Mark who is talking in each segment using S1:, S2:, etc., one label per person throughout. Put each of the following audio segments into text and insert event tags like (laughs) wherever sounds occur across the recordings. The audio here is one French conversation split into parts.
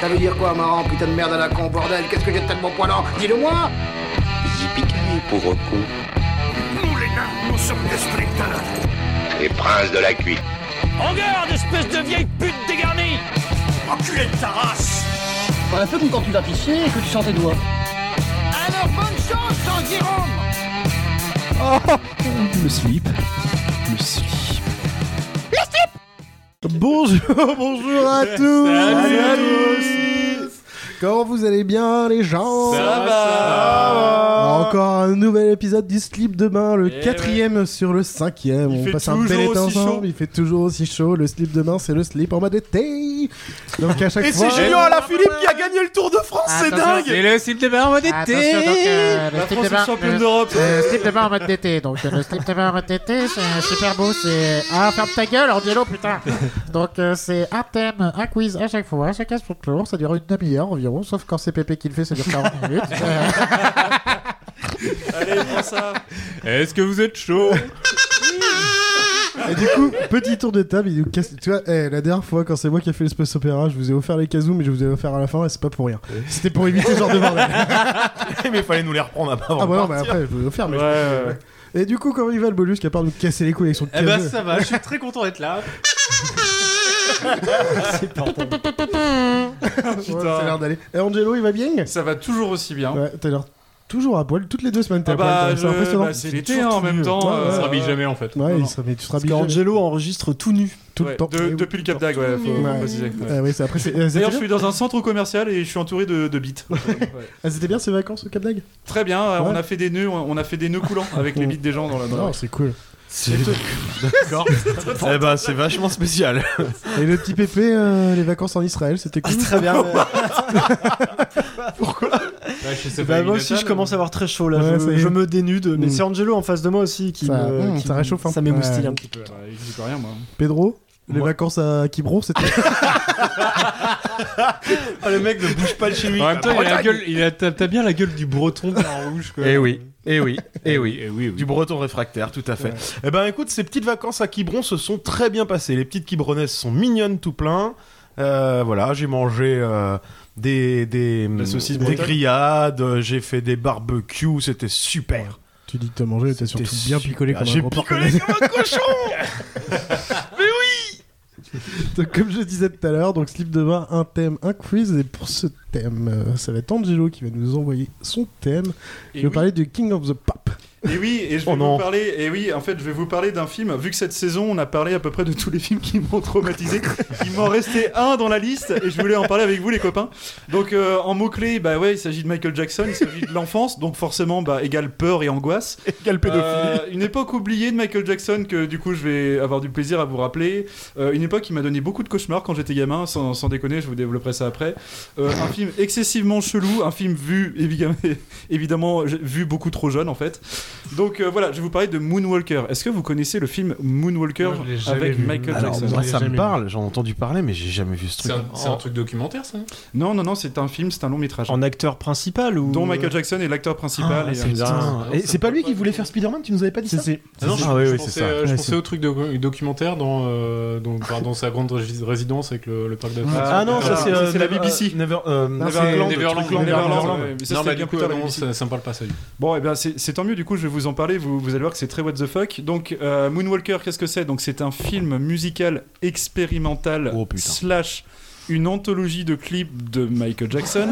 S1: Ça veut dire quoi, marrant, putain de merde à la con, bordel Qu'est-ce que j'ai de tellement poilant Dis-le-moi
S2: Zipikai, pauvre con.
S3: Nous, les nains, nous sommes des spectateurs.
S4: Les princes de la cuite.
S5: En garde, espèce de vieille pute dégarnie
S3: Enculé de ta race
S6: On a fait comme quand tu vas pisser et que tu sens tes doigts.
S7: Alors bonne chance, Jean Jérôme
S8: Oh Le slip. Le slip.
S7: Le slip
S9: Bonjour, (laughs) bonjour à tous
S10: Salut à tous
S9: Comment vous allez bien les gens
S10: Ça,
S11: Ah,
S10: ça va,
S9: Ah,
S10: va.
S9: Encore un nouvel épisode du slip demain, le
S10: Eh
S9: quatrième sur le cinquième.
S10: Il
S9: On
S10: fait
S9: passe un
S10: toujours
S9: pellet
S10: aussi
S9: ensemble,
S10: chaud.
S9: il fait toujours aussi chaud. Le slip demain, c'est le slip en mode été. Donc à chaque
S10: Et
S9: fois.
S10: c'est hein. Julien la Philippe qui a gagné le Tour de France, c'est
S11: Attention,
S10: dingue
S11: c'est le slip de bain en mode été.
S10: Ah, Attention, donc, euh, le
S11: La
S10: slip
S11: France
S10: de bain-
S11: est championne
S10: le-
S11: d'Europe
S10: le slip
S11: de bain en mode été, donc
S10: euh, le
S11: slip de bain en mode été
S10: c'est euh, super beau, c'est. Ah, ferme ta gueule, Angelo, putain Donc, euh, c'est un thème, un quiz à chaque fois, chacun son tour, ça dure une demi-heure environ, sauf quand c'est Pépé qui le fait, ça dure 40 minutes.
S12: (laughs)
S10: Euh,
S11: Allez, prends ça. Est-ce que vous êtes chaud
S9: Et du coup, petit tour de table. il nous casse- Tu vois, eh, la dernière fois, quand c'est moi qui ai fait l'espace opéra, je vous ai offert les casous, mais je vous ai offert à la fin, et c'est pas pour rien. C'était pour éviter ce genre de bordel.
S10: (laughs) mais il fallait nous les reprendre avant.
S9: Ah bah non,
S10: de
S9: mais
S10: partir.
S9: après, je vous ai offert, mais je-
S10: Ouais, ouais.
S9: Et du coup, comment il va le bolus qui a part de nous casser les couilles avec son
S11: Eh ben
S9: caseux
S11: ça va, je suis très content d'être là.
S9: C'est pas
S10: Euh,
S9: Ouais, ça a l'air d'aller. Et Angelo, il va bien
S12: Ça va toujours aussi bien.
S9: Ouais, t'as l'air toujours à poil. Toutes les deux semaines, t'es
S12: Ah
S9: à poil.
S12: bah,
S9: t'as- c'est
S12: je-
S9: impressionnant.
S12: bah, c'est l'été, hein, en même temps, euh,
S11: Ah
S12: ça rhabille jamais, en fait.
S9: Ouais,
S12: Non, non.
S9: il se rhabille- tu te
S12: Parce
S9: rhabilles jamais.
S12: qu'Angelo
S9: enregistre tout nu. Tout
S12: Ouais,
S9: le temps.
S12: de- depuis le Cap d'Agde, ouais, faut
S9: Ouais.
S12: préciser. ouais.
S9: Ah oui, c'est après, c'est- euh, c'était
S12: D'ailleurs, je
S9: bien
S12: suis dans un centre commercial et je suis entouré de, de bites.
S9: Ah, c'était bien ces vacances au Cap d'Agde
S12: (laughs) Très bien, euh,
S9: Ouais.
S12: on a fait des nœuds, on a fait des nœuds coulants avec les bites des gens dans la. dans la-
S9: Non, c'est cool.
S12: Et toi-
S10: D'accord. eh ben, c'est vachement spécial.
S9: Et le petit pépé, euh, les vacances en Israël, c'était
S13: Ah,
S9: cool.
S10: Ah, très (laughs)
S9: (laughs)
S10: bien, ouais.
S9: Pourquoi
S11: pas
S13: Bah, moi aussi,
S11: Minatan,
S13: je commence à avoir très
S10: oh
S13: chaud là.
S9: Ouais, ça y
S13: je,
S9: est.
S13: je me dénude, mais
S9: Mm.
S13: c'est Angelo en face de moi aussi qui,
S9: Ça-
S13: me-
S9: mm,
S13: qui
S9: ça réchauffe un
S13: Ça
S9: peu.
S13: m'émoustille
S9: Ouais.
S13: un petit peu.
S12: Bah, il dit rien, moi.
S9: Pedro, les vacances à Quiberon, c'était.
S10: Ah, le mec ne bouge pas de chez lui.
S11: En même temps, il a la gueule, il a, t'as, t'as bien la gueule du breton en rouge quoi.
S10: Eh oui, eh
S13: (laughs)
S10: oui, eh oui, Du breton réfractaire, tout à fait. Eh ben écoute, ces petites vacances à Quiberon se sont très bien passées. Les petites Quiberonaises sont mignonnes tout plein. Euh, voilà, j'ai mangé euh, des, des,
S12: La saucisse
S10: des
S12: bretonne.
S10: grillades, euh, j'ai fait des barbecues, c'était super.
S9: Tu dis que t'as mangé, t'as surtout bien picolé
S10: super.
S9: comme un
S10: ah, J'ai
S9: gros porc.
S10: picolé comme un
S14: (laughs)
S10: cochon
S9: Donc, comme je disais tout à l'heure, donc slip de bain, un thème, un quiz. Et pour ce thème, euh, ça va être Angelo qui va nous envoyer son thème.
S12: Et
S9: je vais
S12: oui.
S9: parler de King of the Pop.
S12: Et oui, et je vais
S9: Oh
S12: vous
S9: non.
S12: parler. Et oui, en fait, je vais vous parler d'un film. Vu que cette saison, on a parlé à peu près de tous les films qui
S9: (laughs)
S12: m'ont traumatisé. Il m'en restait un dans la liste, et je voulais en parler avec vous, les copains. Donc, euh, en mots clés, bah ouais, il s'agit de Michael Jackson, il s'agit de l'enfance, donc forcément, bah égale peur et angoisse.
S10: Égale pédophilie.
S12: Euh, une époque oubliée de Michael Jackson que du coup, je vais avoir du plaisir à vous rappeler. Euh, une époque qui m'a donné beaucoup de cauchemars quand j'étais gamin. Sans, sans déconner, je vous développerai ça après. Euh, un film excessivement chelou, un film vu évidemment, (laughs) évidemment je- vu beaucoup trop jeune en fait. Donc euh, voilà, je vais vous parler de Moonwalker. Est-ce que vous connaissez le film Moonwalker
S11: Moi, je l'ai jamais
S12: avec
S11: vu.
S12: Michael
S10: Alors,
S12: Jackson
S10: moi, ça me parle, j'en ai entendu parler, mais j'ai jamais vu ce truc.
S12: C'est un- c'est un
S11: truc documentaire ça hein
S12: Non, non, non, c'est un film, c'est un long métrage.
S13: En acteur principal ou.
S12: Dont Michael Jackson est l'acteur principal.
S13: Ah,
S12: et,
S13: c'est
S12: euh,
S13: dingue.
S10: Et c'est pas lui qui voulait faire Spider-Man, tu nous avais pas dit ça
S11: Ah non, je,
S10: Ah oui,
S11: je
S10: oui, c'est
S11: pensais,
S10: ça.
S11: euh, je
S10: Ouais,
S11: pensais au truc docu- documentaire dans, euh, dans, bah, dans sa grande ré- résidence avec le, le parc d'attractions.
S10: Ah, non, ça c'est euh,
S12: c'est la
S10: Never-
S12: BBC.
S10: Never, euh,
S12: Non, c'est
S10: Neverland,
S11: Neverland,
S10: truc Land,
S12: Neverland,
S10: Neverland.
S12: ouais, mais euh, ça,
S11: non,
S12: c'était
S11: mais
S12: bien
S11: du coup,
S12: plus tard,
S11: ah
S12: la
S11: non,
S12: BBC.
S11: ça, ça me parle pas ça. lui.
S12: Bon, et ben c'est c'est tant mieux, du coup, je vais vous en parler, vous, vous allez voir que c'est très what the fuck. Donc, euh, Moonwalker, qu'est-ce que c'est Donc, c'est un film musical expérimental slash une anthologie de clips de Michael Jackson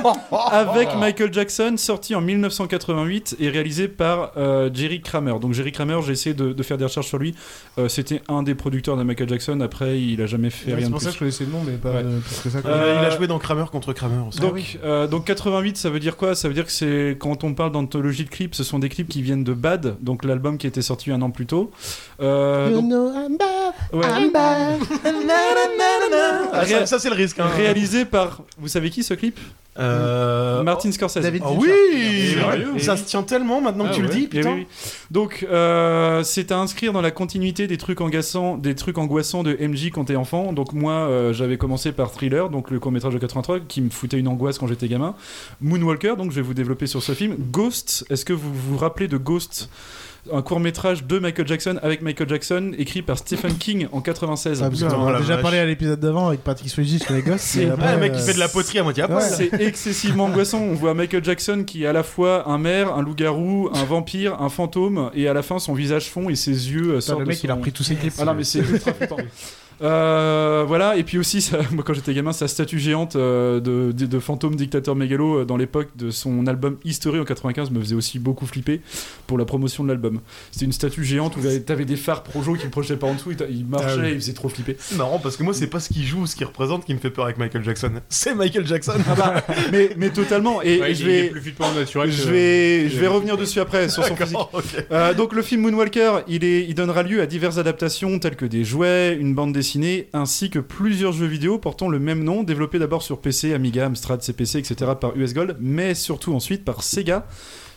S12: avec Michael Jackson sorti en 1988 et réalisé par euh, Jerry Kramer. Donc Jerry Kramer, j'ai essayé de, de faire des recherches sur lui. Euh, C'était un des producteurs de Michael Jackson. Après, il a jamais fait rien
S9: C'est
S12: de
S9: pour ça
S12: plus.
S9: que je connaissais le nom, mais pas euh, plus que ça. quoi.
S10: Euh, Il a joué dans Kramer contre Kramer aussi.
S12: Donc, euh, donc 88, ça veut dire quoi Ça veut dire que c'est quand on parle d'anthologie de clips, ce sont des clips qui viennent de Bad, donc l'album qui était sorti un an plus tôt. Euh,
S9: You
S12: donc-
S9: know I'm bad,
S12: Ouais.
S9: I'm bad. Na, na, na, na, na.
S10: Ah, ça-
S12: Ré-
S10: ça, c'est le risque, hein.
S12: Réalisé par, vous savez qui ce clip
S10: Euh,
S12: Martin Scorsese.
S10: David
S12: Oh
S10: Fincher.
S12: oui
S10: Sérieux
S12: Et
S10: Ça
S12: oui.
S10: se tient tellement maintenant que
S12: Ah
S10: tu le
S12: ouais.
S10: dis,
S12: Et
S10: putain.
S12: oui, oui. Donc, euh, c'est à inscrire dans la continuité des trucs angoissants, des trucs angoissants de MJ quand t'es enfant. Donc moi, euh, j'avais commencé par Thriller, donc le court métrage de 83, qui me foutait une angoisse quand j'étais gamin. Moonwalker, donc je vais vous développer sur ce film. Ghost, est-ce que vous vous rappelez de Ghost un court métrage de Michael Jackson avec Michael Jackson écrit par Stephen King en 96.
S9: Ah, parce qu'on en a déjà parlé à l'épisode d'avant avec Patrick Swayze sur les gosses.
S12: C'est
S9: et après,
S12: le mec
S10: qui
S9: euh,
S10: fait de la poterie à moitié à poil.
S9: Ouais.
S12: C'est excessivement angoissant. On voit Michael Jackson qui est à la fois un maire, un loup-garou, un vampire, un fantôme, et à la fin son visage fond et ses yeux euh, sortent.
S9: le
S12: de
S9: mec, il a
S12: son-
S9: repris tous ses clips.
S12: Ah non, mais c'est
S9: (laughs)
S12: ultra flippant. Euh, voilà, et puis aussi, ça- (laughs) moi quand j'étais gamin, sa statue géante euh, de, de- de fantôme dictateur mégalo euh, dans l'époque de son album History en 95 me faisait aussi beaucoup flipper pour la promotion de l'album. C'était une statue géante où t'avais des phares projo qui projetaient par en dessous, et t'a- il marchait,
S10: Ah oui.
S12: il faisait trop flipper.
S10: C'est marrant parce que moi, c'est pas ce qu'il joue ou ce qu'il représente qui me fait peur avec Michael Jackson. (laughs) C'est Michael Jackson.
S12: mais, mais totalement. Et
S10: Ouais,
S12: je
S10: il est- il
S12: vais,
S10: est plus flippant au naturel que-
S12: je vais, je vais
S10: que-
S12: revenir dessus après sur son physique.
S10: D'accord, ok.
S12: Euh, donc le film Moonwalker, il, est, il donnera lieu à diverses adaptations telles que des jouets, une bande dessinée, ainsi que plusieurs jeux vidéo portant le même nom, développés d'abord sur PC, Amiga, Amstrad, CPC, etc. par US Gold, mais surtout ensuite par Sega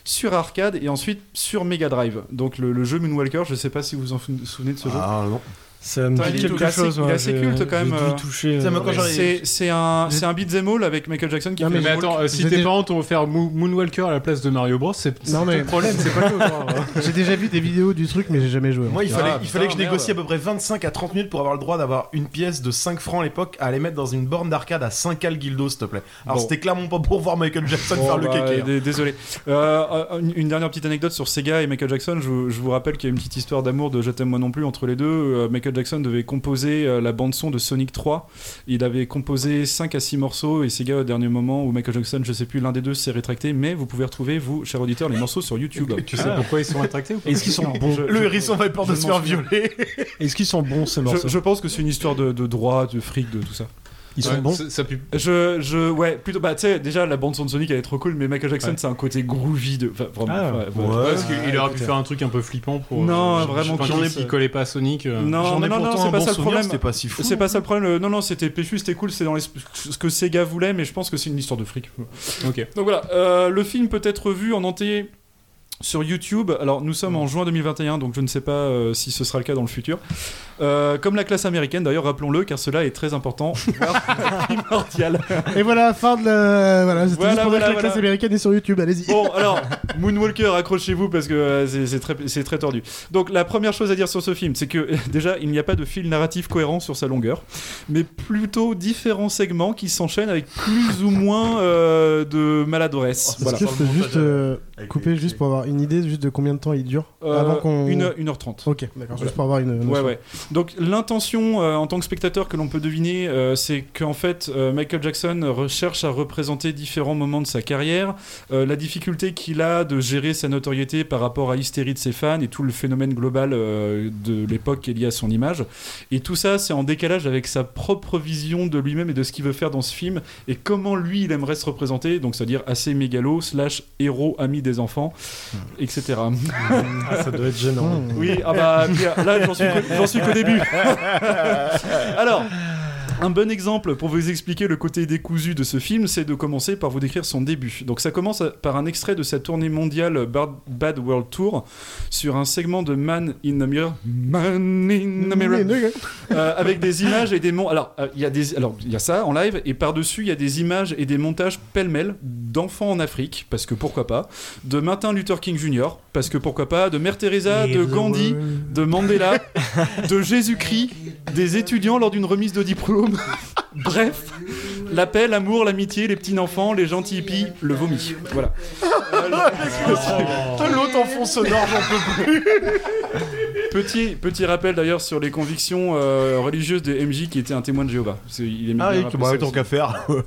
S12: sur arcade et ensuite sur Mega Drive. Donc le, le jeu Moonwalker, je sais pas si vous vous en fou- souvenez de ce jeu.
S10: Ah non.
S13: Ça me
S12: Putain,
S13: dit
S12: il est
S13: quelque
S12: assez-
S13: chose.
S12: il est
S13: ouais,
S12: assez
S13: j'ai-
S12: culte quand
S13: j'ai
S12: même.
S13: dû
S12: euh,
S13: toucher, euh, ouais.
S12: C'est c'est un, c'est un beat'em all avec Michael Jackson qui
S11: Non,
S12: fait
S11: mais,
S12: le walk.
S11: attends, euh, si tes parents t'ont offert Mo- Moonwalker à la place de Mario Bros, c'est c'est
S9: Non, mais-
S11: le problème, c'est pas le genre.
S9: (laughs) J'ai déjà vu des vidéos du truc, mais j'ai jamais joué.
S10: Moi, il fallait, il fallait que je
S11: merde.
S10: négocie à peu près 25 à 30 minutes pour avoir le droit d'avoir une pièce de 5 francs à l'époque à aller mettre dans une borne d'arcade à 5 al guildo, s'il te plaît. Alors,
S12: Bon.
S10: c'était clairement pas pour voir Michael Jackson
S12: Bon,
S10: faire le
S12: bah,
S10: kéké. hein.
S12: d- Désolé. Euh, euh, une, une dernière petite anecdote sur Sega et Michael Jackson. Je, vous- je vous rappelle qu'il y a une petite histoire d'amour de Je t'aime moi non plus entre les deux. Euh, Michael Jackson devait composer euh, la bande-son de Sonic 3. Il avait composé 5 à 6 morceaux et Sega, au dernier moment, où Michael Jackson, je sais plus, l'un des deux s'est rétracté. Mais vous pouvez retrouver, vous, chers auditeurs, les morceaux sur
S10: (laughs)
S12: YouTube. Ah.
S11: Tu sais pourquoi ils sont attractés ou pas
S12: Est-ce qu'ils sont bons
S10: Le hérisson va peur de se faire violer.
S13: Est-ce qu'ils sont bons ces
S12: je,
S13: morceaux
S12: je pense que c'est une histoire de, de droit, de fric, de tout ça.
S13: Ils sont bons
S11: Ça pue.
S12: Je, je, ouais, plutôt, bah, tu sais, déjà, la bande son de Sonic, elle est trop cool, mais Michael Jackson,
S11: Ouais.
S12: c'est un côté groovy de, enfin, vraiment,
S11: Ah,
S12: ouais,
S11: ouais,
S12: ouais.
S11: parce qu'il
S12: Ah,
S11: aurait pu
S12: putain.
S11: faire un truc un peu flippant pour.
S12: Non,
S11: euh,
S12: vraiment,
S11: enfin,
S12: qu'il
S11: j'en ai-
S12: dise-
S11: Il collait pas à Sonic. euh,
S12: Non,
S11: j'en ai
S12: non, non,
S11: pourtant
S12: c'est
S11: un
S12: pas
S11: bon
S12: ça le
S11: souvenir,
S12: problème.
S11: c'était pas si fou.
S12: C'est pas ça le problème. Le- Non, non, c'était péchu, c'était cool, c'est dans les- ce que Sega voulait, mais je pense que c'est une histoire de fric.
S11: Ok.
S12: Donc voilà, euh, le film peut être vu en entier sur YouTube. Alors nous sommes en juin 2021, donc je ne sais pas euh, si ce sera le cas dans le futur. Euh, comme la classe américaine, d'ailleurs, rappelons-le, car cela est très important, voire primordial.
S9: Et voilà, fin de la. Voilà, c'était
S12: Voilà,
S9: juste pour dire
S12: voilà,
S9: que la classe
S12: voilà.
S9: américaine est sur YouTube, allez-y.
S12: Bon, alors, Moonwalker, accrochez-vous parce que euh, c'est c'est très, c'est très tordu. Donc, la première chose à dire sur ce film, c'est que (laughs) euh, déjà, il n'y a pas de fil narratif cohérent sur sa longueur, mais plutôt différents segments qui s'enchaînent avec plus ou moins euh, de maladresse.
S9: Est-ce
S12: Voilà.
S9: Oh, que je peux juste euh, couper juste pour avoir une idée juste de combien de temps il dure
S12: Euh,
S9: avant qu'on.
S12: une heure- une heure trente.
S9: Ok, d'accord.
S12: Voilà.
S9: Juste pour avoir une.
S12: Ouais,
S9: notion.
S12: ouais. Donc l'intention euh, en tant que spectateur que l'on peut deviner, euh, c'est qu'en fait euh, Michael Jackson recherche à représenter différents moments de sa carrière, euh, la difficulté qu'il a de gérer sa notoriété par rapport à l'hystérie de ses fans et tout le phénomène global euh, de l'époque qui est lié à son image. Et tout ça, c'est en décalage avec sa propre vision de lui-même et de ce qu'il veut faire dans ce film et comment lui il aimerait se représenter, donc c'est-à-dire assez mégalo slash héros ami des enfants, etc.
S13: ça doit être gênant.
S10: Hmm.
S12: (laughs) Oui, ah bah Pierre, là j'en suis, qu'au- j'en suis qu'au (laughs) début. Alors. Un bon exemple pour vous expliquer le côté décousu de ce film, c'est de commencer par vous décrire son début. Donc ça commence par un extrait de sa tournée mondiale Bad, Bad World Tour sur un segment de Man in the Mirror, Man in the Mirror, euh, avec des images et des mon. Alors euh, il y a des, alors il y a ça en live et par dessus il y a des images et des montages pêle-mêle d'enfants en Afrique parce que pourquoi pas, de Martin Luther King Jr. parce que pourquoi pas, de Mère Teresa,
S13: Leave
S12: de
S13: the
S12: Gandhi, de Mandela, de Jésus-Christ, des étudiants lors d'une remise de diplôme. (laughs) Bref, l'appel, l'amour, l'amitié, les petits enfants, les gentils hippies, le vomi. Voilà.
S10: Ah, L'autre en fond sonore, j'en peux plus.
S12: Petit, petit rappel d'ailleurs sur les convictions euh, religieuses de MJ qui était un témoin de Jéhovah. C'est- il aime
S10: Ah,
S12: bien
S10: oui,
S12: rappeler
S10: bah,
S12: ça
S10: tant
S12: aussi.
S10: qu'à faire.
S12: Donc,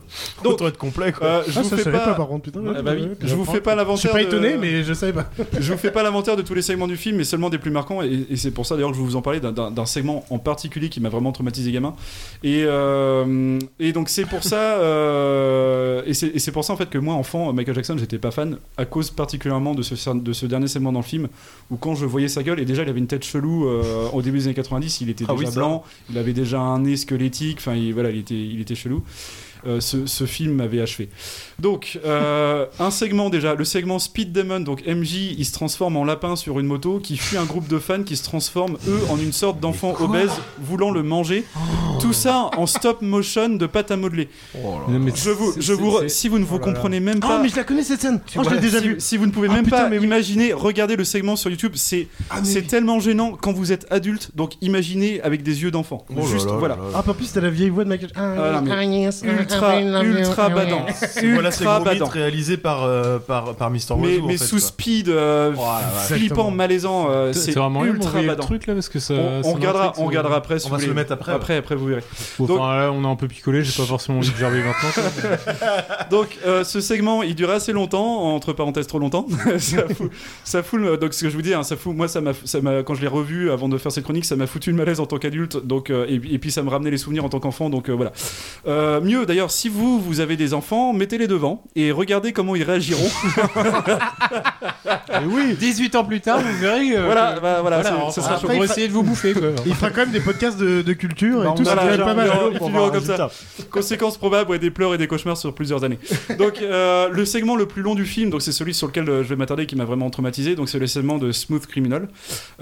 S10: Autant être complet, quoi.
S12: Euh, je
S9: Ah,
S12: vous
S9: ça, je
S12: fais
S9: savais
S12: pas-
S9: pas, par contre, putain.
S12: Ah bah oui.
S9: Je
S12: Je vous fais pas
S9: Je suis
S12: l'inventaire.
S9: pas
S12: de-
S9: étonné, mais je savais pas.
S12: (laughs) je vous fais pas l'inventaire de tous les segments du film, mais seulement des plus marquants. Et, et c'est pour ça d'ailleurs que je vais vous en parler d'un- d'un d'un segment en particulier qui m'a vraiment traumatisé gamin. Et, euh, et donc c'est pour ça, euh, et c'est et c'est pour ça en fait que moi enfant, Michael Jackson, j'étais pas fan à cause particulièrement de ce, cer- de ce dernier segment dans le film où quand je voyais sa gueule et déjà il avait une tête chelou euh, au début des années 90, il était
S10: Ah
S12: déjà
S10: oui, ça.
S12: blanc, il avait déjà un nez squelettique, enfin il- voilà, il était, il était chelou. euh, ce, ce film m'avait achevé. Donc, euh, un segment déjà, le segment Speed Demon, donc MJ, il se transforme en lapin sur une moto qui fuit un groupe de fans qui se transforment, eux, en une sorte d'enfant obèse voulant le manger.
S9: Oh.
S12: Tout ça en stop motion de pâte à modeler.
S11: là.
S12: mais je vous, je vous, re- si vous ne vous comprenez même pas.
S9: Ah, mais je la connais cette scène. Oh, je
S12: Voilà.
S9: l'ai déjà
S12: si,
S9: vue.
S12: si vous ne pouvez
S9: Ah,
S12: même
S9: putain,
S12: pas
S9: mais oui. Ah,
S12: imaginer, regardez le segment sur YouTube, c'est c'est tellement gênant quand vous êtes adulte. Donc imaginez avec des yeux d'enfant.
S9: Oh là
S12: Juste
S9: là là
S12: voilà.
S9: Ah, pas plus, c'était la vieille voix de Michael.
S12: Ah, non, mais ultra ultra badant.
S10: (laughs) Voilà ces
S12: ultra
S10: gros mythes
S12: badant.
S10: réalisés par, euh, par, par Mister
S12: Mais,
S10: Wazoo, en
S12: mais
S10: fait,
S12: sous
S10: quoi. Oh,
S12: speed, euh,
S9: Oh,
S12: flippant,
S10: exactement.
S12: malaisant, euh,
S10: C'est-
S12: c'est
S10: c'est vraiment lui,
S12: ultra
S10: mon
S12: badant.
S11: truc, euh, là, parce que ça-
S12: on,
S11: ça
S12: on regardera,
S11: m'intrigue,
S12: on
S11: ce-
S12: regardera après. si
S11: On
S12: vous
S11: va se
S12: voulez.
S11: le mettre après,
S12: Après,
S11: ouais.
S12: après, vous verrez.
S11: Bon,
S12: Donc-
S11: enfin, là, on a un peu picolé, j'ai pas forcément envie de gerber (laughs) maintenant. quoi.
S12: Donc euh, ce segment il dure assez longtemps, entre parenthèses trop longtemps. (laughs) ça fout, ça fout le- donc ce que je vous dis, hein, ça fout, moi ça m'a, ça m'a- quand je l'ai revu avant de faire cette chronique, ça m'a foutu le malaise en tant qu'adulte. Donc euh, et, et puis ça me ramenait les souvenirs en tant qu'enfant. Donc euh, voilà. Euh, mieux d'ailleurs, si vous vous avez des enfants, mettez-les devant et regardez comment ils réagiront.
S11: Eh oui, 18 ans plus tard, vous verrez. euh,
S12: Voilà,
S11: que-
S12: bah, voilà, c'est- ce sera chaud.
S11: après,
S12: Pour
S11: il
S12: essayer
S11: de vous bouffer. Quoi.
S9: Il fera quand même des podcasts de, de culture
S12: Bah,
S9: et tout.
S12: on
S9: ça
S12: a
S9: devrait
S12: déjà-
S9: être pas mal.
S12: il y aura-
S9: rigolo
S12: il
S9: pour
S12: y
S9: avoir
S12: aura
S9: un
S12: comme ça.
S9: résultat.
S12: Conséquence probable, ouais, des pleurs et des cauchemars sur plusieurs années. Donc, euh, le segment le plus long du film, donc c'est celui sur lequel euh, je vais m'attarder qui m'a vraiment traumatisé, donc c'est le segment de Smooth Criminal.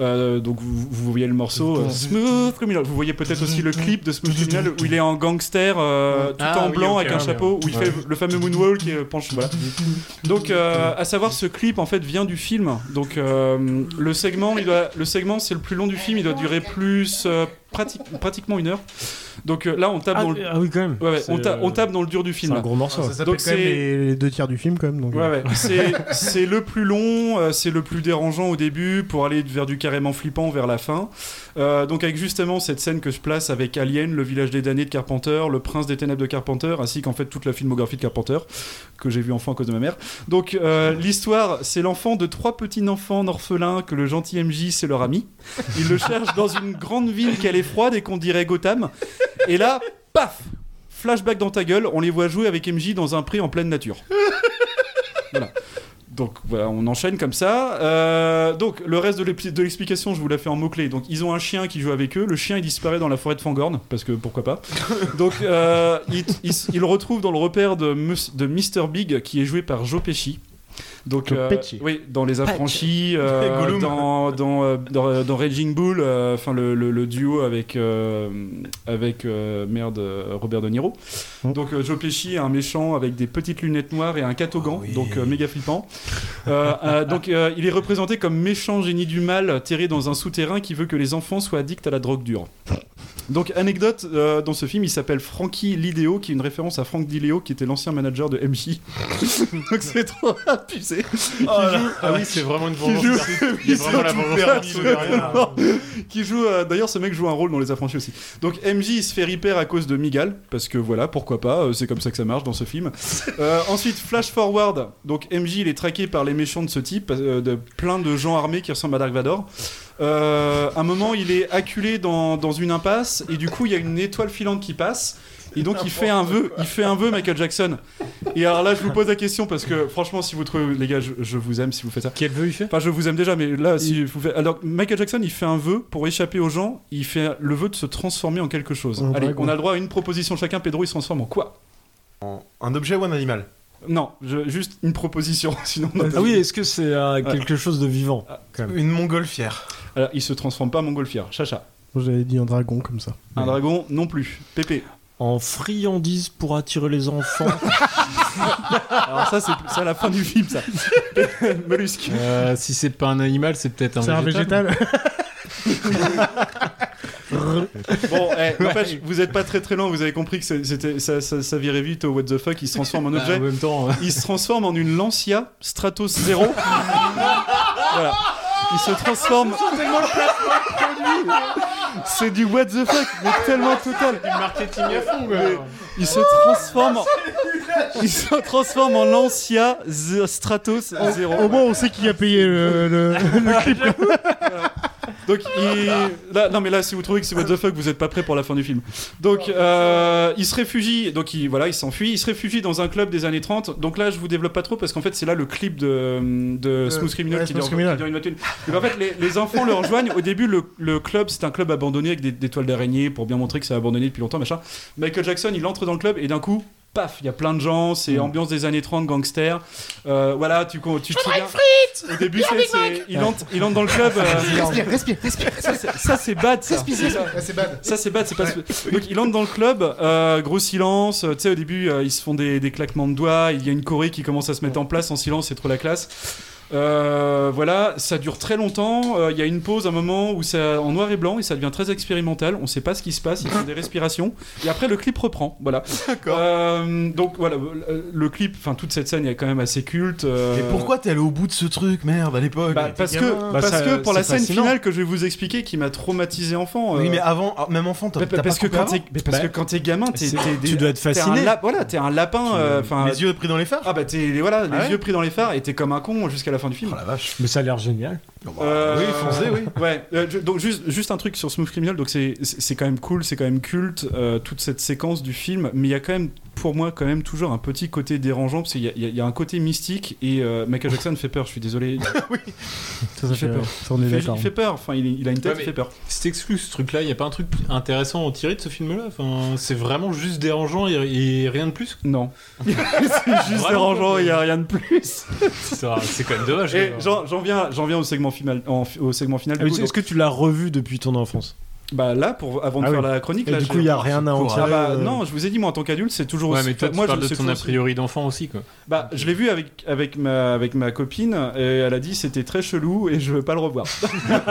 S12: Euh, donc, vous, vous voyez le morceau euh, Smooth Criminal. Vous voyez peut-être aussi le clip de Smooth Criminal où il est en gangster, euh, tout
S11: Ah,
S12: en
S11: oui,
S12: blanc
S11: ok,
S12: avec un
S11: ouais,
S12: chapeau, où il
S11: ouais.
S12: fait le fameux moonwalk et euh, penche. Voilà. Donc, euh, à savoir, ce clip en fait vient du film. Donc, euh, le segment, il doit, le segment, c'est le plus long du film. Il doit durer plus euh, prati- pratiquement une heure. Donc euh, là, on tape
S11: Ah,
S12: dans le.
S11: ah oui, quand même.
S12: Ouais, ouais, on,
S11: C'est,
S12: ta-
S11: euh,
S12: on tape dans le dur du film.
S11: c'est un
S12: là.
S11: gros
S10: Ah,
S11: morceau,
S9: Ça s'appelle
S12: Donc
S9: quand même
S12: c'est.
S9: les, les deux tiers du film, quand même. Donc,
S12: Ouais, ouais. (laughs) C'est- c'est le plus long, euh, c'est le plus dérangeant au début pour aller vers du carrément flippant vers la fin. Euh, donc avec justement cette scène que je place avec Alien, le village des damnés de Carpenter, le prince des ténèbres de Carpenter, ainsi qu'en fait toute la filmographie de Carpenter que j'ai vu enfant à cause de ma mère. Donc euh, l'histoire, c'est l'enfant de trois petits enfants orphelins que le gentil MJ c'est leur ami. Il le cherche dans une grande ville qu'elle est froide et qu'on dirait Gotham. Et là, paf, flashback dans ta gueule, on les voit jouer avec MJ dans un pré en pleine nature. Donc voilà, on enchaîne comme ça. Euh, donc le reste de l'ép- de l'explication, je vous la fais en mots-clés. Donc ils ont un chien qui joue avec eux. Le chien, il disparaît dans la forêt de Fangorn, parce que pourquoi pas. Donc euh, ils il, le retrouvent dans le repère de, Mus- de Mr. Big, qui est joué par Joe Pesci. Donc,
S9: Joe
S12: euh,
S9: Pesci.
S12: oui, dans Les Affranchis, euh,
S9: Gollum.
S12: dans, dans, euh, dans- dans Raging Bull, euh, enfin le, le- le duo avec, euh, avec euh, merde, euh, Robert De Niro. Donc euh, Joe Pesci est un méchant avec des petites lunettes noires et un catogan, donc euh, méga flippant. Euh, euh, donc euh, il est représenté comme méchant génie du mal terré dans un souterrain qui veut que les enfants soient addicts à la drogue dure. Donc anecdote, euh, dans ce film, il s'appelle Frankie Lideo, qui est une référence à Frank Dileo, qui était l'ancien manager de MJ. (laughs) Donc c'est trop abusé. Oh Qui joue-
S11: Ah oui, c'est vraiment une
S12: qui
S11: vengeance
S12: joue-
S11: perso-
S12: (laughs) oui,
S11: il y a
S12: c'est
S11: vraiment la
S12: tout
S11: vengeance
S12: perso
S11: perso derrière. Ah
S12: dedans. Qui joue. euh, D'ailleurs, ce mec joue un rôle dans Les Affranchis aussi. Donc MJ il se fait repair à cause de Migal, parce que voilà, pourquoi pas, euh, c'est comme ça que ça marche dans ce film. Euh, ensuite, flash forward. Donc MJ il est traqué par les méchants de ce type, euh, de plein de gens armés qui ressemblent à Dark Vador. Euh, un moment, il est acculé dans, dans une impasse et du coup, il y a une étoile filante qui passe. Et donc il fait un vœu, il fait un vœu Michael Jackson. Et alors là je vous pose la question parce que franchement si vous trouvez les gars je, je vous aime si vous faites ça. Quel vœu il fait Enfin je vous aime déjà mais là si vous faites alors Michael Jackson il fait un vœu pour échapper aux gens, il fait le vœu de se transformer en quelque chose.
S10: Oh,
S12: Allez,
S10: bravo.
S12: on a le droit à une proposition chacun Pedro il se transforme en quoi
S10: En un objet ou un animal
S12: Non, je- juste une proposition (laughs) sinon on a pas-
S13: Ah oui, est-ce que c'est euh, quelque chose de vivant quand même
S10: Une montgolfière.
S12: Alors euh, il se transforme pas en montgolfière, chacha.
S9: J'avais dit un dragon comme ça.
S12: Un dragon non plus. Pépé.
S13: En friandise pour attirer les enfants.
S12: Alors ça c'est c'est à la fin du film
S11: (laughs)
S12: ça. Mollusque.
S11: (laughs) Euh, si c'est pas un animal, c'est peut-être un
S9: C'est un végétal.
S11: (laughs)
S12: Bon, eh, n'empêche, vous n'êtes pas très très loin, vous avez compris que c'est- c'était, ça, ça, ça virait vite au what the fuck, il se transforme en
S11: Bah,
S12: objet.
S11: en même temps, euh. (laughs)
S12: Il se transforme en une Lancia Stratos 0. voilà. Il se transforme. C'est du what the fuck, mais tellement total.
S11: Du marketing à fond, quoi.
S12: Mais Il se transforme. en- (laughs) Il se transforme en Lancia Z- Stratos 0.
S9: Au moins, on sait qui a payé le, le- le
S12: (laughs)
S9: clip.
S12: Donc, il... là, non, mais là, si vous trouvez que c'est what the fuck, vous êtes pas prêt pour la fin du film. Donc, euh, il se réfugie, donc il, voilà, il s'enfuit, il se réfugie dans un club des années 30. Donc là, je vous développe pas trop parce qu'en fait, c'est là le clip de, de Smooth Criminal
S9: Euh, ouais,
S12: qui,
S9: Smooth
S12: dure,
S9: Criminal.
S12: qui dure une matinée. Et ben, en fait, les, les enfants le rejoignent. Au début, le, le club, c'est un club abandonné avec des, des toiles d'araignée pour bien montrer que c'est abandonné depuis longtemps, machin. Michael Jackson, il entre dans le club et d'un coup, paf, paf, il y a plein de gens, c'est
S11: Mm.
S12: ambiance des années 30, gangster. Euh, voilà, tu, con- tu te souviens- Au début, c'est, c'est- il, entre, il entre dans le club. euh,
S9: Respire, respire, respire.
S12: Ça, c'est- ça, c'est bad. Ça.
S9: Respire, respire. Ouais, c'est bad.
S12: Ça, c'est bad, c'est pas. Donc, il entre dans le club, euh, gros silence. euh, Tu sais, au début, euh, ils se font des, des claquements de doigts. Il y a une choré qui commence à se mettre en place en silence, c'est trop la classe. Euh, voilà, ça dure très longtemps. euh, Il y a une pause, un moment où ça en noir et blanc et ça devient très expérimental. On sait pas ce qui se passe. Ils font des respirations et après le clip reprend. Voilà. Euh, donc voilà, euh, le clip, enfin toute cette scène, elle est quand même assez culte. euh,
S10: Et pourquoi t'es allé au bout de ce truc, merde, à l'époque
S12: bah, parce que, parce que pour la scène finale que je vais vous expliquer qui m'a traumatisé enfant. euh,
S10: Oui, mais avant, ah, même enfant, t'as
S12: Bah,
S10: t'as
S12: parce
S10: pas
S12: que quand
S10: compris
S12: t'es- mais parce
S10: avant
S12: que quand t'es gamin, t'es-
S10: c'est-
S12: t'es-
S10: tu
S12: t'es-
S10: dois être
S12: t'es un
S10: fasciné.
S12: lap- voilà, t'es un lapin. euh, enfin,
S10: les yeux pris dans les phares.
S12: Ah bah t'es les- voilà, les
S10: Ah ouais
S12: yeux pris dans les phares et t'es comme un con jusqu'à Oh la fin du film.
S13: Mais ça a l'air génial.
S12: Euh,
S10: oui, foncez, oui.
S12: (laughs) Ouais. euh, je- donc juste, juste un truc sur Smooth Criminal. Donc c'est, c'est c'est quand même cool, c'est quand même culte euh, toute cette séquence du film. Mais il y a quand même, pour moi, quand même toujours un petit côté dérangeant parce qu'il y a, il y a- il y a un côté mystique et euh, Michael Jackson fait peur. Je suis désolé. (laughs) oui.
S9: Ça, ça
S12: il fait
S9: fait-
S12: peur.
S9: ça, on est
S12: il, fait,
S9: d'accord.
S12: il fait peur. Enfin, il, est- il a une tête,
S11: Ouais, mais
S12: il fait peur.
S11: C'est exclu ce truc-là, il n'y a pas un truc intéressant à en tirer de ce film-là enfin, C'est vraiment juste dérangeant et, et rien de plus
S12: Non. (laughs) c'est juste dérangeant, il n'y a rien de plus.
S11: c'est quand même dommage.
S12: Et
S11: quoi.
S12: j'en, j'en viens, j'en viens au segment final. en- au segment final. du
S13: Ah, mais
S12: coup,
S13: Est-ce
S12: donc-
S13: que tu l'as revu depuis ton enfance
S12: Bah là, pour, avant de
S13: Ah
S12: faire
S13: oui.
S12: la chronique,
S13: Et
S12: là,
S13: du
S12: j'ai-
S13: coup, il y a rien à en
S12: Ah
S13: tirer,
S12: bah,
S13: euh.
S12: Non, je vous ai dit, moi en tant qu'adulte, c'est toujours
S11: Ouais,
S12: aussi.
S11: mais toi, tu
S12: moi,
S11: parles
S12: je
S11: de
S12: sais
S11: ton
S12: toujours
S11: a priori d'enfant aussi, quoi.
S12: Bah, je l'ai vu avec, avec, ma, avec ma copine et elle a dit c'était très chelou et je veux pas le revoir.
S10: (laughs)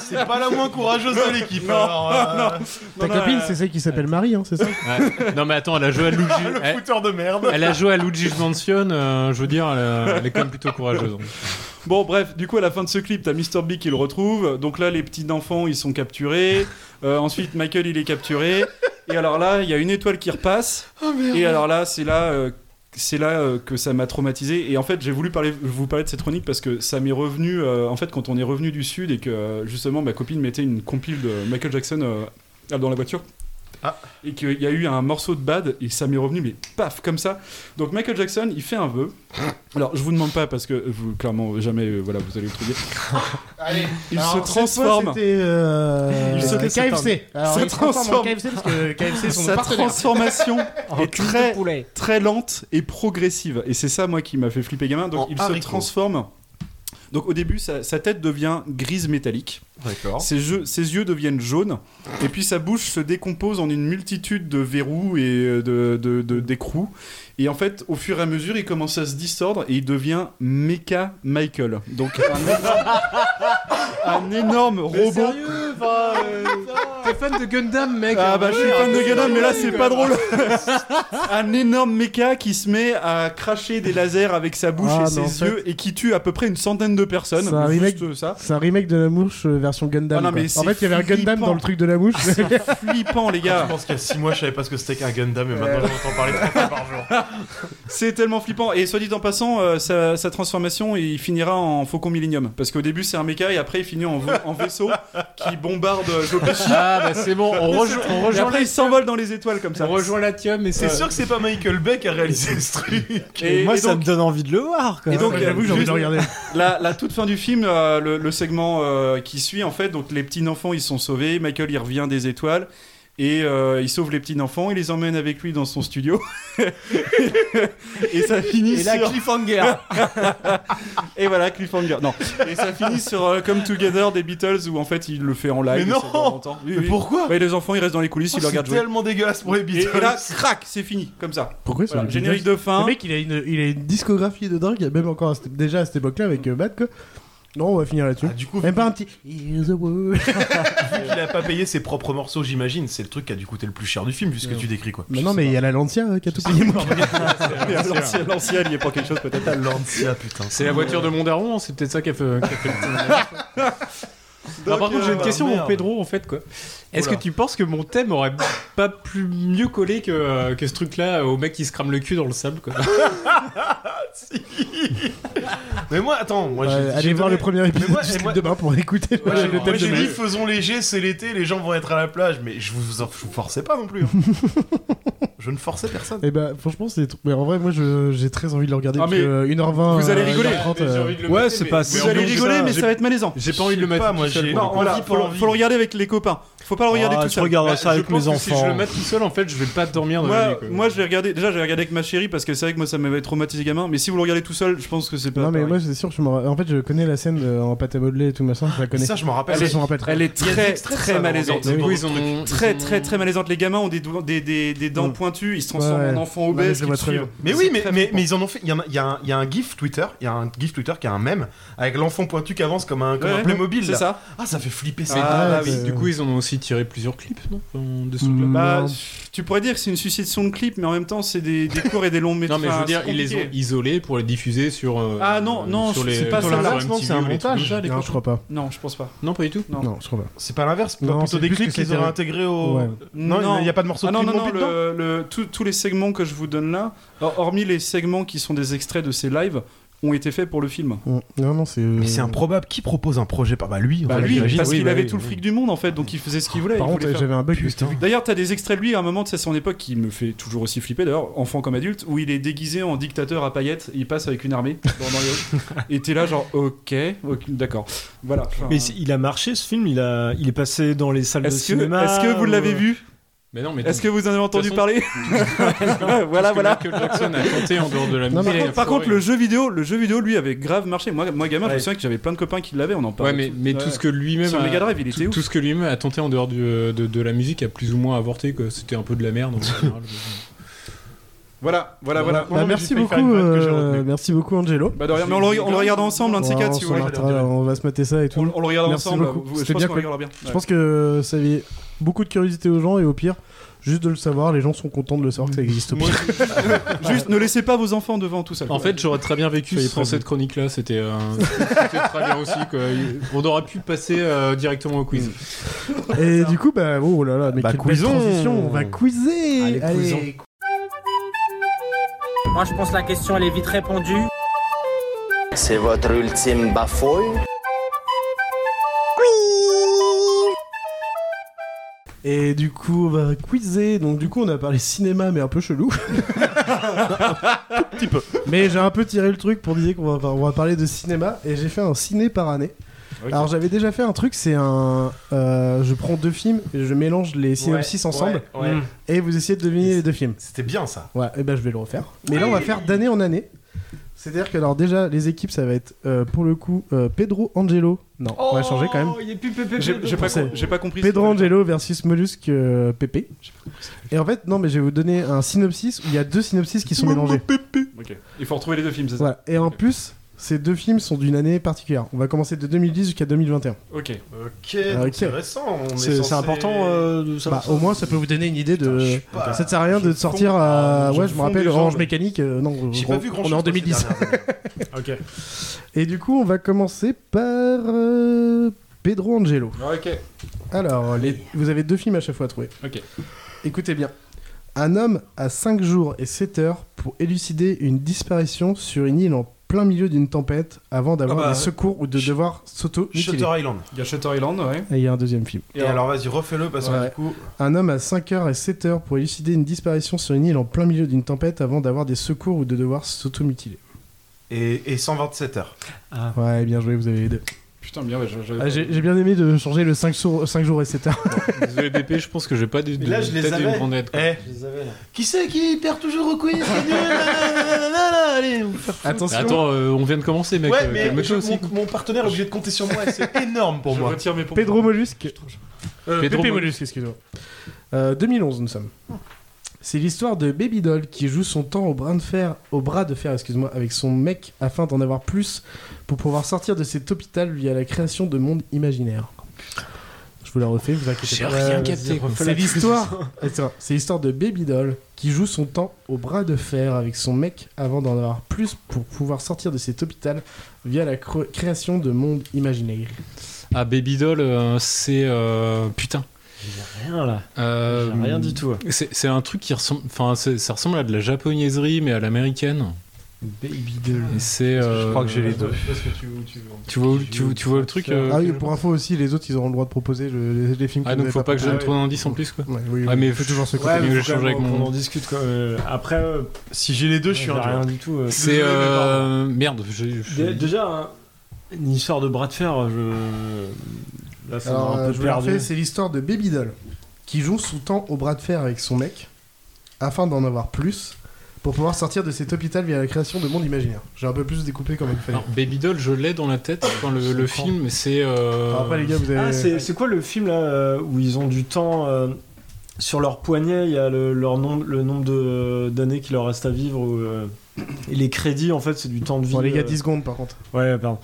S10: C'est pas la moins courageuse de l'équipe.
S12: Non,
S10: alors, euh,
S12: non.
S9: Ta copine, c'est celle qui s'appelle Marie, hein, c'est ça
S11: Ouais. Non, mais attends, elle a joué à Luigi. elle,
S10: Fouteur de merde.
S11: elle a joué à Luigi's Mansion, euh, je veux dire, elle, a- elle est quand même plutôt courageuse.
S12: Bon, bref, du coup, à la fin de ce clip, t'as Mr. B qui le retrouve. Donc là, les petits enfants, ils sont capturés. Euh, ensuite, Michael, il est capturé. Et alors là, il y a une étoile qui repasse.
S9: Oh,
S12: Et alors là, c'est là. euh, c'est là euh, que ça m'a traumatisé et en fait j'ai voulu parler, vous parler de cette chronique parce que ça m'est revenu euh, en fait quand on est revenu du sud et que euh, justement ma copine mettait une compile de Michael Jackson euh, dans la voiture
S9: Ah.
S12: et qu'il y a eu un morceau de bad et ça m'est revenu mais paf comme ça donc Michael Jackson il fait un vœu alors je vous demande pas parce que vous clairement jamais euh, voilà vous allez le trouver
S9: (laughs) Allez,
S12: Il se transforme.
S9: C'était euh,
S12: Il se
S9: c'était
S12: transforme.
S9: KFC. Alors,
S12: Sa
S9: il se transforme en
S12: transforme-
S9: KFC parce que KFC sont
S12: Sa
S9: partenaires.
S12: transformation
S9: En
S12: est
S9: cul de
S12: très,
S9: poulet.
S12: très lente et progressive. Et c'est ça, moi, qui m'a fait flipper gamin. Donc,
S10: En
S12: il se
S10: haricot.
S12: transforme. Donc, au début, sa, sa tête devient grise métallique.
S10: D'accord.
S12: Ses, jeux- ses yeux deviennent jaunes. Et puis, sa bouche se décompose en une multitude de verrous et euh, de- de- de- d'écrous. et en fait, au fur et à mesure, il commence à se distordre et il devient Mecha Michael. Donc,
S9: (laughs)
S12: un énorme, un énorme robot.
S9: euh,
S11: T'es fan de Gundam, mec
S12: Ah bah je
S9: hein.
S12: suis fan de Gundam mais là c'est
S9: (laughs)
S12: pas drôle. un énorme méca qui se met à cracher des lasers avec sa bouche
S9: Ah,
S12: et
S9: mais
S12: ses
S9: en fait-
S12: yeux et qui tue à peu près une centaine de personnes.
S9: C'est un
S12: Juste
S9: remake,
S12: ça.
S9: c'est un remake de la mouche euh, version Gundam.
S12: Ah non,
S9: quoi.
S12: mais c'est
S9: en fait, il y avait un Gundam
S12: flippant. Ah,
S9: dans le truc de la mouche. (laughs)
S12: Flippant les gars.
S10: Je pense qu'il y a 6 mois, je savais pas ce que c'était qu'un Gundam et maintenant j'entends parler 30 fois par jour.
S12: C'est tellement flippant. Et soit dit en passant, euh, sa, sa transformation, il finira en Faucon Millennium. Parce qu'au début, c'est un méca et après, il finit en, va- en vaisseau qui bombarde euh, Jokichi.
S11: Ah bah c'est bon, on rejoint, on
S12: Et
S11: rejoint
S12: après, il
S11: la-
S12: s'envole dans les étoiles comme ça.
S11: on rejoint l'Atium, mais
S10: C'est sûr que c'est pas Michael Bay qui a réalisé ce truc.
S12: Et-
S13: Moi,
S12: et
S13: ça
S12: donc-
S13: me donne envie de le voir. Quand
S12: Et
S13: même.
S12: donc, euh,
S9: j'avoue, j'ai envie
S12: juste
S9: de le regarder.
S12: La, la toute fin du film, euh, le, le segment euh, qui suit, en fait, donc les petits enfants ils sont sauvés, Michael il revient des étoiles. Et euh, il sauve les petits enfants, il les emmène avec lui dans son studio. (laughs) et ça finit
S13: Et là,
S12: sur.
S13: cliffhanger.
S12: (laughs) Et voilà, cliffhanger. Non. Et ça finit sur euh, Come Together des Beatles où en fait il le fait en live.
S10: Mais
S12: et
S10: non
S12: ça dure longtemps. Oui,
S10: Mais
S12: oui.
S10: pourquoi
S12: Ouais, Les enfants ils restent dans les coulisses,
S10: Oh,
S12: ils le
S10: C'est
S12: regardent jouer.
S10: tellement dégueulasse pour les
S12: Et,
S10: Beatles.
S12: et là, crac, c'est fini, comme ça.
S9: Pourquoi
S12: Voilà, Générique de fin.
S9: Le mec, il a une, il a une discographie de dingue, même encore à cette- déjà à cette époque-là avec euh, Matt, quoi. Non, on va finir là-dessus.
S10: Ah, du coup,
S9: même pas un petit. Here's the world.
S10: vu qu'il a pas payé ses propres morceaux, j'imagine, c'est le truc qui a dû coûter le plus cher du film, vu ce que tu décris quoi.
S9: Mais non, mais il y a la Lancia hein, qui a (laughs) tout payé.
S12: (laughs) Et alors, l'ancien, l'ancien, il y a pas quelque chose peut-être.
S10: Lancia, putain.
S11: C'est la voiture de mon daron, c'est peut-être ça qui a fait, qui a fait le Ah,
S12: Donc,
S11: par contre, j'ai
S12: euh,
S11: une question
S10: merde.
S11: pour Pedro, en fait, quoi. Est-ce que
S10: Oula.
S11: tu penses que mon thème aurait pas plus mieux collé que, euh, que ce truc-là euh, au mec qui se crame le cul dans le sable, quoi
S10: Mais moi, attends, moi j'ai.
S9: Ouais,
S10: j'ai
S9: allez voir
S10: donné-
S9: le premier épisode (laughs)
S10: Mais moi-
S9: du
S10: et
S9: Slip
S10: moi-
S9: demain pour écouter
S10: Moi, j'ai-
S9: le
S10: moi,
S9: thème
S10: j'ai
S9: de
S10: dit faisons léger, c'est l'été, les gens vont être à la plage, mais je vous, je vous forçais pas non plus. hein.
S12: (laughs)
S10: je ne forçais personne.
S9: Et bah, franchement, c'est. Mais en vrai, moi, je- j'ai très envie de le regarder.
S12: Ah,
S9: Ah,
S12: mais
S9: mais 1h20.
S12: vous allez rigoler.
S9: euh,
S13: Ouais, c'est pas.
S12: Vous allez rigoler, mais ça va être malaisant.
S11: J'ai pas envie de le
S10: Je sais
S11: mettre
S10: pas,
S11: tout
S10: moi,
S11: seul,
S10: j'ai-
S11: quoi.
S12: Non, voilà,
S10: envie, pas
S12: faut, le-
S10: envie.
S12: faut le regarder avec les copains. Faut pas le regarder
S11: Ah,
S12: tout
S11: je
S12: seul.
S11: regarderai Bah, ça je avec pense mes que si enfants. je le mets
S12: tout seul, en fait, je vais pas dormir
S11: de
S12: moi,
S11: la nuit, quoi.
S12: Moi, je l'ai regardé. Déjà, j'ai regardé avec ma chérie parce que c'est vrai que moi, ça m'avait traumatisé gamin. Mais si vous le regardez tout seul, je pense que c'est pas.
S9: Non, mais
S12: pareil.
S9: moi, c'est sûr, je me ra- en fait, je connais la scène euh, en pâte à modeler et tout, machin, je la connais.
S12: Ça, je m'en rappelle.
S9: Ça, je m'en rappelle.
S12: Elle est
S9: Il y a des
S12: très,
S9: extraits,
S12: très
S9: ça,
S12: malaisante.
S9: dans le-
S12: Oui,
S9: Oui,
S12: ils
S9: ils
S12: ont
S9: ont-
S12: très, très, très malaisante. Les gamins ont des, doigts- des, des, des dents pointues, ils se transforment en enfants obèses. qui suivent.
S10: Mais oui, mais, mais, mais ils en ont fait. Il y, en a- il y a un- il y a un GIF Twitter, il y a un GIF Twitter qui a un mème avec l'enfant pointu qui avance comme un, comme
S12: Ouais,
S10: un Playmobil.
S12: c'est
S10: là.
S12: ça.
S10: Ah, ça fait flipper.
S12: Ah, bah oui.
S11: Du coup, ils en ont aussi tiré plusieurs clips, non Enfin, de ce truc-là.
S12: Bah, tu pourrais dire que c'est une succession de clips, mais en même temps, c'est des, des courts et des longs métrages.
S11: Non, mais je veux dire, ils les ont isolés pour les diffuser sur. euh,
S12: Ah non, non,
S11: sur
S12: c'est
S11: les-
S12: pas
S11: sur
S12: ça.
S11: les-
S12: Là,
S11: sur
S12: non,
S11: MTV
S12: c'est un
S11: ou les trucs
S12: montage,
S11: comme ça,
S12: ça, les
S9: Non, je crois pas.
S12: Non, je pense pas.
S11: Non, pas du tout.
S9: Non, je crois pas.
S10: C'est pas l'inverse,
S9: Non,
S10: plutôt
S9: c'est
S10: des
S9: juste
S10: clips
S9: que
S10: qu'ils
S9: c'était-
S10: auraient intégrés au.
S9: Ouais.
S10: Non, il n'y a pas de morceau
S12: Ah
S10: de
S12: non,
S10: clip
S12: non,
S10: non
S12: non,
S10: plus dedans
S12: le, le- tous- tous les segments que je vous donne là, hor- hormis les segments qui sont des extraits de ces lives, ont été faits pour le film.
S9: Mm. Non, non, c'est.
S10: Mais c'est improbable. Qui propose un projet par bah lui en
S12: Bah
S10: fait,
S12: lui,
S10: j'imagine.
S12: parce
S10: Oui,
S12: qu'il
S10: bah
S12: avait
S10: oui,
S12: tout le
S10: oui.
S12: fric du monde en fait, donc il faisait ce
S13: Ah,
S12: qu'il voulait.
S9: Par
S12: il
S9: contre,
S12: voulait faire.
S9: j'avais un bug.
S12: D'ailleurs, t'as des extraits de lui à un moment, tu sais, son époque qui me fait toujours aussi flipper, d'ailleurs, enfant comme adulte, où il est déguisé en dictateur à paillettes, il passe avec une armée dans, dans les rues. Et t'es là, genre, ok, ok, d'accord. Voilà. enfin,
S13: Mais il a marché ce film, il, a... il est passé dans les salles de
S12: Est-ce que,
S13: cinéma.
S12: est-ce que vous
S13: euh,
S12: l'avez vu
S11: Mais non, mais
S12: Est-ce que vous en avez entendu
S11: de toute
S12: parler (laughs) Voilà,
S11: tout ce que
S12: voilà.
S11: Michael Jackson a tenté en dehors de la
S12: Non,
S11: musique,
S12: par
S11: il a
S12: contre, par
S11: foiré.
S12: contre, le jeu vidéo, le jeu vidéo, lui, avait grave marché. Moi, moi gamin, je me
S11: Ouais.
S12: souviens que j'avais plein de copains qui l'avaient. On en parlait.
S11: Ouais, mais,
S12: tout-
S11: mais tout
S12: ouais.
S11: ce que lui-même
S12: sur
S11: a,
S12: Mega Drive, il était
S11: tout,
S12: où
S11: tout ce que lui-même a tenté en dehors du, euh, de, de la musique a plus ou moins avorté quoi. C'était un peu de
S12: (laughs)
S11: la merde en général.
S12: Voilà, voilà,
S11: Voilà.
S12: voilà.
S11: Bah,
S12: Non, mais
S9: merci
S12: j'ai failli
S9: beaucoup,
S12: faire une vanne que j'ai
S9: euh,
S12: retenue.
S9: merci beaucoup Angelo.
S12: Bah, de rien. Mais on le, reg- on le regarde ensemble, un de ces
S9: Ouais,
S12: quatre,
S9: on
S12: si vous
S9: s'en
S12: voulez.
S9: rattrape, on va se mater ça et tout.
S12: On- on le regarde
S9: Merci
S12: ensemble,
S9: beaucoup.
S12: vous- je
S9: C'était
S12: pense
S9: bien
S12: qu'on
S9: cool.
S12: le regardera bien.
S9: Je
S12: Ouais.
S9: pense que ça avait beaucoup de curiosité aux gens et au pire, juste de le savoir, les gens sont contents de le savoir que ça existe. Au pire.
S12: Juste, ne laissez pas vos enfants devant tout ça.
S11: En fait, j'aurais très bien vécu
S12: Soyez
S11: sans
S12: prévenus.
S11: cette chronique-là. C'était (laughs) euh, c'était très bien aussi. Quoi. On aurait pu passer euh, directement au quiz.
S9: Et du coup, bah, oh là là, mais quelle belle
S11: cuisons.
S9: transition, on va quizer
S11: Allez, cuisons.
S14: Moi, je pense que la question, elle est vite répondue.
S15: C'est votre ultime bafouille
S9: Et du coup, on va quizer. Donc, du coup, on a parlé cinéma, mais un peu
S11: (laughs)
S9: chelou. petit peu. Mais j'ai un peu tiré le truc pour dire qu'on va, on va parler de cinéma. Et j'ai fait un ciné par année.
S16: Ok.
S9: Alors, j'avais déjà fait un truc, c'est un. euh, je prends deux films et je mélange les synopsis
S10: ouais,
S9: ensemble.
S10: ouais.
S12: Mm.
S9: Et vous essayez de deviner les deux films.
S10: C'était bien ça.
S9: Ouais, et ben je vais le refaire. Mais là, on va faire d'année en année. C'est-à-dire que, alors, déjà, les équipes, ça va être euh, pour le coup euh, Pedro Angelo. Non, on va changer quand
S10: Oh,
S14: Oh,
S9: même.
S12: J'ai j'ai pas, com- j'ai pas compris.
S9: Pedro Angelo versus Mollusque euh, Pépé. Et en fait, non, mais je vais vous donner un synopsis où il y a deux synopsis qui sont mélangés.
S12: Ok. Il faut retrouver les deux films, c'est ça
S9: Voilà. Et en plus, ces deux films sont d'une année particulière. On va commencer de 2010 jusqu'à 2021.
S12: Ok.
S10: Ok,
S9: Ok.
S10: intéressant. on est
S9: C'est- c'est
S10: censé-
S9: important, Bah, au moins, ça peut vous donner une idée de.
S10: pas-
S9: Ça ne sert à rien de sortir. à-
S10: je
S9: Ouais, je me
S10: fonds
S9: rappelle
S10: des
S9: Orange
S10: jambes.
S9: Mécanique. euh, non,
S10: J'ai
S9: on-
S10: pas vu
S9: on
S10: grand-chose,
S9: est en
S10: moi, ces
S9: 2010.
S10: Ok.
S9: Et du coup, on va commencer par euh, Pedro Angelo.
S12: Ok.
S9: Alors, les- vous avez deux films à chaque fois à trouver.
S12: Ok.
S9: Écoutez bien. Un homme a 5 jours et 7 heures pour élucider une disparition sur une île en plein milieu d'une tempête avant d'avoir
S10: Ah bah,
S9: des secours ou de devoir s'auto-mutiler.
S10: Shutter Island.
S12: Il y a Shutter Island, ouais.
S9: Et il y a un deuxième film.
S10: Et alors, vas-y, refais-le parce que
S9: Ouais.
S10: du coup.
S9: Un homme a 5 heures et 7 heures pour élucider une disparition sur une île en plein milieu d'une tempête avant d'avoir des secours ou de devoir s'auto-mutiler.
S10: Et, et 127 heures.
S9: Ouais, bien joué, vous avez les deux.
S12: Putain, bien, ouais, je- je-
S9: Ah, J'ai j'ai bien aimé de changer le 5 jours, cinq jours et 7 heures.
S11: Désolé, Pépé, je pense que j'ai pas de, de,
S10: Mais là, je les
S11: peut-être une
S10: avais.
S11: grande aide. quoi.
S10: Eh, Qui c'est qui perd toujours au quiz C'est nul, nanana, Allez, on va faire foutre.
S11: Mais Attends, euh, on vient de commencer, mec.
S10: Ouais,
S11: euh,
S10: mais
S11: calme-toi
S10: je-
S11: aussi.
S10: mon, mon partenaire est obligé de compter sur moi et c'est énorme pour
S12: Je
S10: moi.
S12: retire mes
S9: Pedro Mollusque. Euh, Pépé
S10: Pedro Mollusque.
S9: Mollusque, excuse-moi. Euh, 2011, nous sommes. C'est l'histoire de Baby Doll qui joue son temps au bras de fer, au bras de fer, excuse-moi, avec son mec afin d'en avoir plus pour pouvoir sortir de cet hôpital via la création de mondes imaginaires. Je vous la refais, vous inquiétez
S16: J'ai
S9: pas.
S16: rien
S9: Ouais,
S16: capté,
S9: vas-y,
S16: quoi.
S9: C'est l'histoire. Attends, C'est l'histoire de Baby Doll qui joue son temps au bras de fer avec son mec avant d'en avoir plus pour pouvoir sortir de cet hôpital via la cre- création de mondes imaginaires.
S11: Ah, Baby Doll, euh, c'est. euh, putain.
S13: Rien là.
S11: Euh,
S13: J'ai rien du tout.
S11: C'est c'est un truc qui ressemble. Enfin, c'est- ça ressemble à de la japonaiserie, mais à l'américaine.
S13: Baby Doll.
S11: Et c'est. euh, Tu vois, où- tu, tu vois le truc. euh,
S9: Ah oui, pour info aussi, les autres ils auront le droit de proposer le- les, les films
S11: Ah,
S9: qu'on
S11: donc
S9: avait
S11: faut pas que je donne trop
S9: proposés.
S11: d'indices en plus, quoi.
S9: Ouais, oui,
S11: Ah, mais
S9: faut toujours se
S11: Ouais, mais faut quand même qu'on
S13: On
S11: en
S13: en discute quoi. Après,
S10: Euh, si j'ai les deux, je suis un
S13: rien
S10: joueur.
S13: du tout. euh.
S11: C'est. euh, Merde. je- je-
S13: Dé- Déjà, hein, une histoire de bras de fer, je. Là, ça
S9: Alors,
S13: m'a un
S9: euh,
S13: peu
S9: je vous la
S13: perdu.
S9: refais, c'est l'histoire de Baby Doll, qui joue son temps au bras de fer avec son mec, afin d'en avoir plus, pour pouvoir sortir de cet hôpital via la création de monde imaginaire. J'ai un peu plus découpé comme il fallait.
S11: Alors, Baby Doll, je l'ai dans la tête
S9: Ah,
S11: quand le, le film, c'est. euh,
S9: Enfin, après, les gars, vous
S13: Ah,
S9: avez-
S13: c'est c'est quoi le film là euh, où ils ont du temps euh, sur leur poignet, il y a le, leur nombre, le nombre de- d'années qui leur reste à vivre ou, euh, et les crédits en fait c'est du temps de vie.
S9: Bon, les gars,
S13: euh,
S9: 10 secondes par contre.
S13: Ouais, pardon.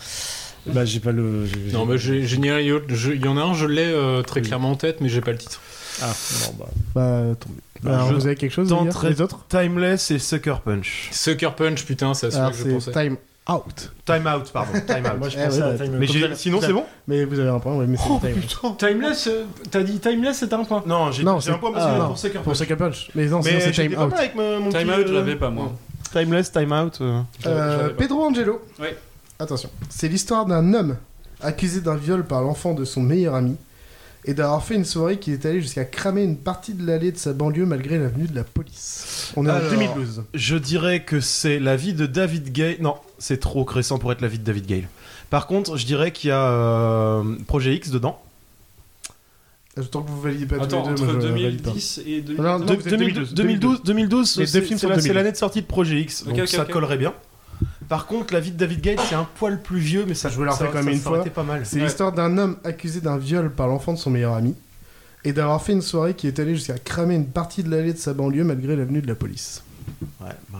S13: Bah j'ai pas le. j'ai-
S11: Non, mais j'ai- j'ai ni l'un ni l'autre. Je- Il y en a un, je l'ai euh, très clairement en tête, mais j'ai pas le titre.
S13: Ah, bon, bah.
S9: Bah, tombé.
S11: Bah,
S9: Alors,
S11: je
S9: vous avez quelque chose à dire
S10: Tenterai
S9: les autres
S10: Timeless et Sucker Punch.
S11: Sucker Punch, putain, c'est à celui
S9: Alors,
S11: que je
S9: c'est
S11: pensais.
S9: Time Out.
S10: Time Out, pardon. Time Out.
S13: Moi, je
S9: Eh
S13: pensais
S9: ouais,
S13: à
S9: bah,
S13: Time
S10: Mais
S13: Out.
S10: j'ai-
S13: Tout à
S10: sinon,
S13: l'heure.
S10: c'est bon
S9: Mais vous avez un point, ouais, mais c'est
S11: Oh,
S9: Time Out.
S13: Timeless, euh, t'as dit Timeless c'était un point
S10: Non, j'ai
S9: Non,
S10: j'ai un point parce
S9: ah,
S10: que
S9: non,
S10: pour Sucker Punch.
S9: pour Sucker Punch. Mais non, sinon, c'est
S10: j'étais
S9: Time
S10: pas
S9: Out.
S10: mal avec ma- mon
S12: Time
S10: petit,
S12: Out, je
S10: euh,
S12: l'avais pas, moi.
S10: Timeless, Time Out. euh.
S9: Euh, Pedro Angelo.
S12: Ouais.
S9: Attention. C'est l'histoire d'un homme accusé d'un viol par l'enfant de son meilleur ami et d'avoir fait une soirée qui est allée jusqu'à cramer une partie de l'allée de sa banlieue malgré la venue de la police. On est en
S10: Alors,
S9: 2012.
S10: Je dirais que c'est la vie de David Gale. Non, c'est trop récent pour être la vie de David Gale. Par contre, je dirais qu'il y a euh, Projet X dedans.
S9: Tant que vous validez pas
S12: Attends,
S9: tous les deux, moi, je
S12: entre
S9: valide pas.
S12: 2010 et
S9: Non, non,
S12: 2014.
S9: vous êtes
S10: 2012, 2012, 2012
S9: Les deux
S10: c'est
S9: films
S10: c'est
S9: sont
S10: la- c'est
S9: 2000.
S10: l'année de sortie de Projet X, donc
S12: ok,
S10: ça
S12: ok.
S10: collerait bien. Par contre, la vie de David Gale, c'est un poil plus vieux, mais ça,
S9: Je vous la
S10: ça-
S9: refais quand
S10: ça-
S9: même une
S10: ça
S9: fois.
S10: aurait été pas mal.
S9: C'est l'histoire d'un homme accusé d'un viol par l'enfant de son meilleur ami et d'avoir fait une soirée qui est allée jusqu'à cramer une partie de l'allée de sa banlieue malgré la venue de la police.
S10: Ouais, ben.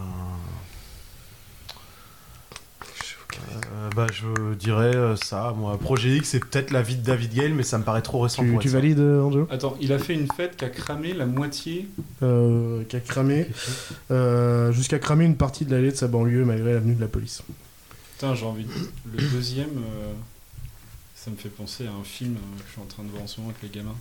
S10: Euh, bah, je dirais euh, ça, moi. Projet X, c'est peut-être la vie de David Gale, mais ça me paraît trop récent
S9: Tu,
S10: pour
S9: tu
S10: être ça.
S9: valides, euh, Angelo
S12: Attends, il a fait une fête qui a cramé la moitié.
S9: euh, qui a cramé euh, jusqu'à cramer une partie de l'allée de sa banlieue malgré l'avenue de la police.
S12: Putain, j'ai envie de. Le deuxième, euh, ça me fait penser à un film euh, que je suis en train de voir en ce moment avec les gamins.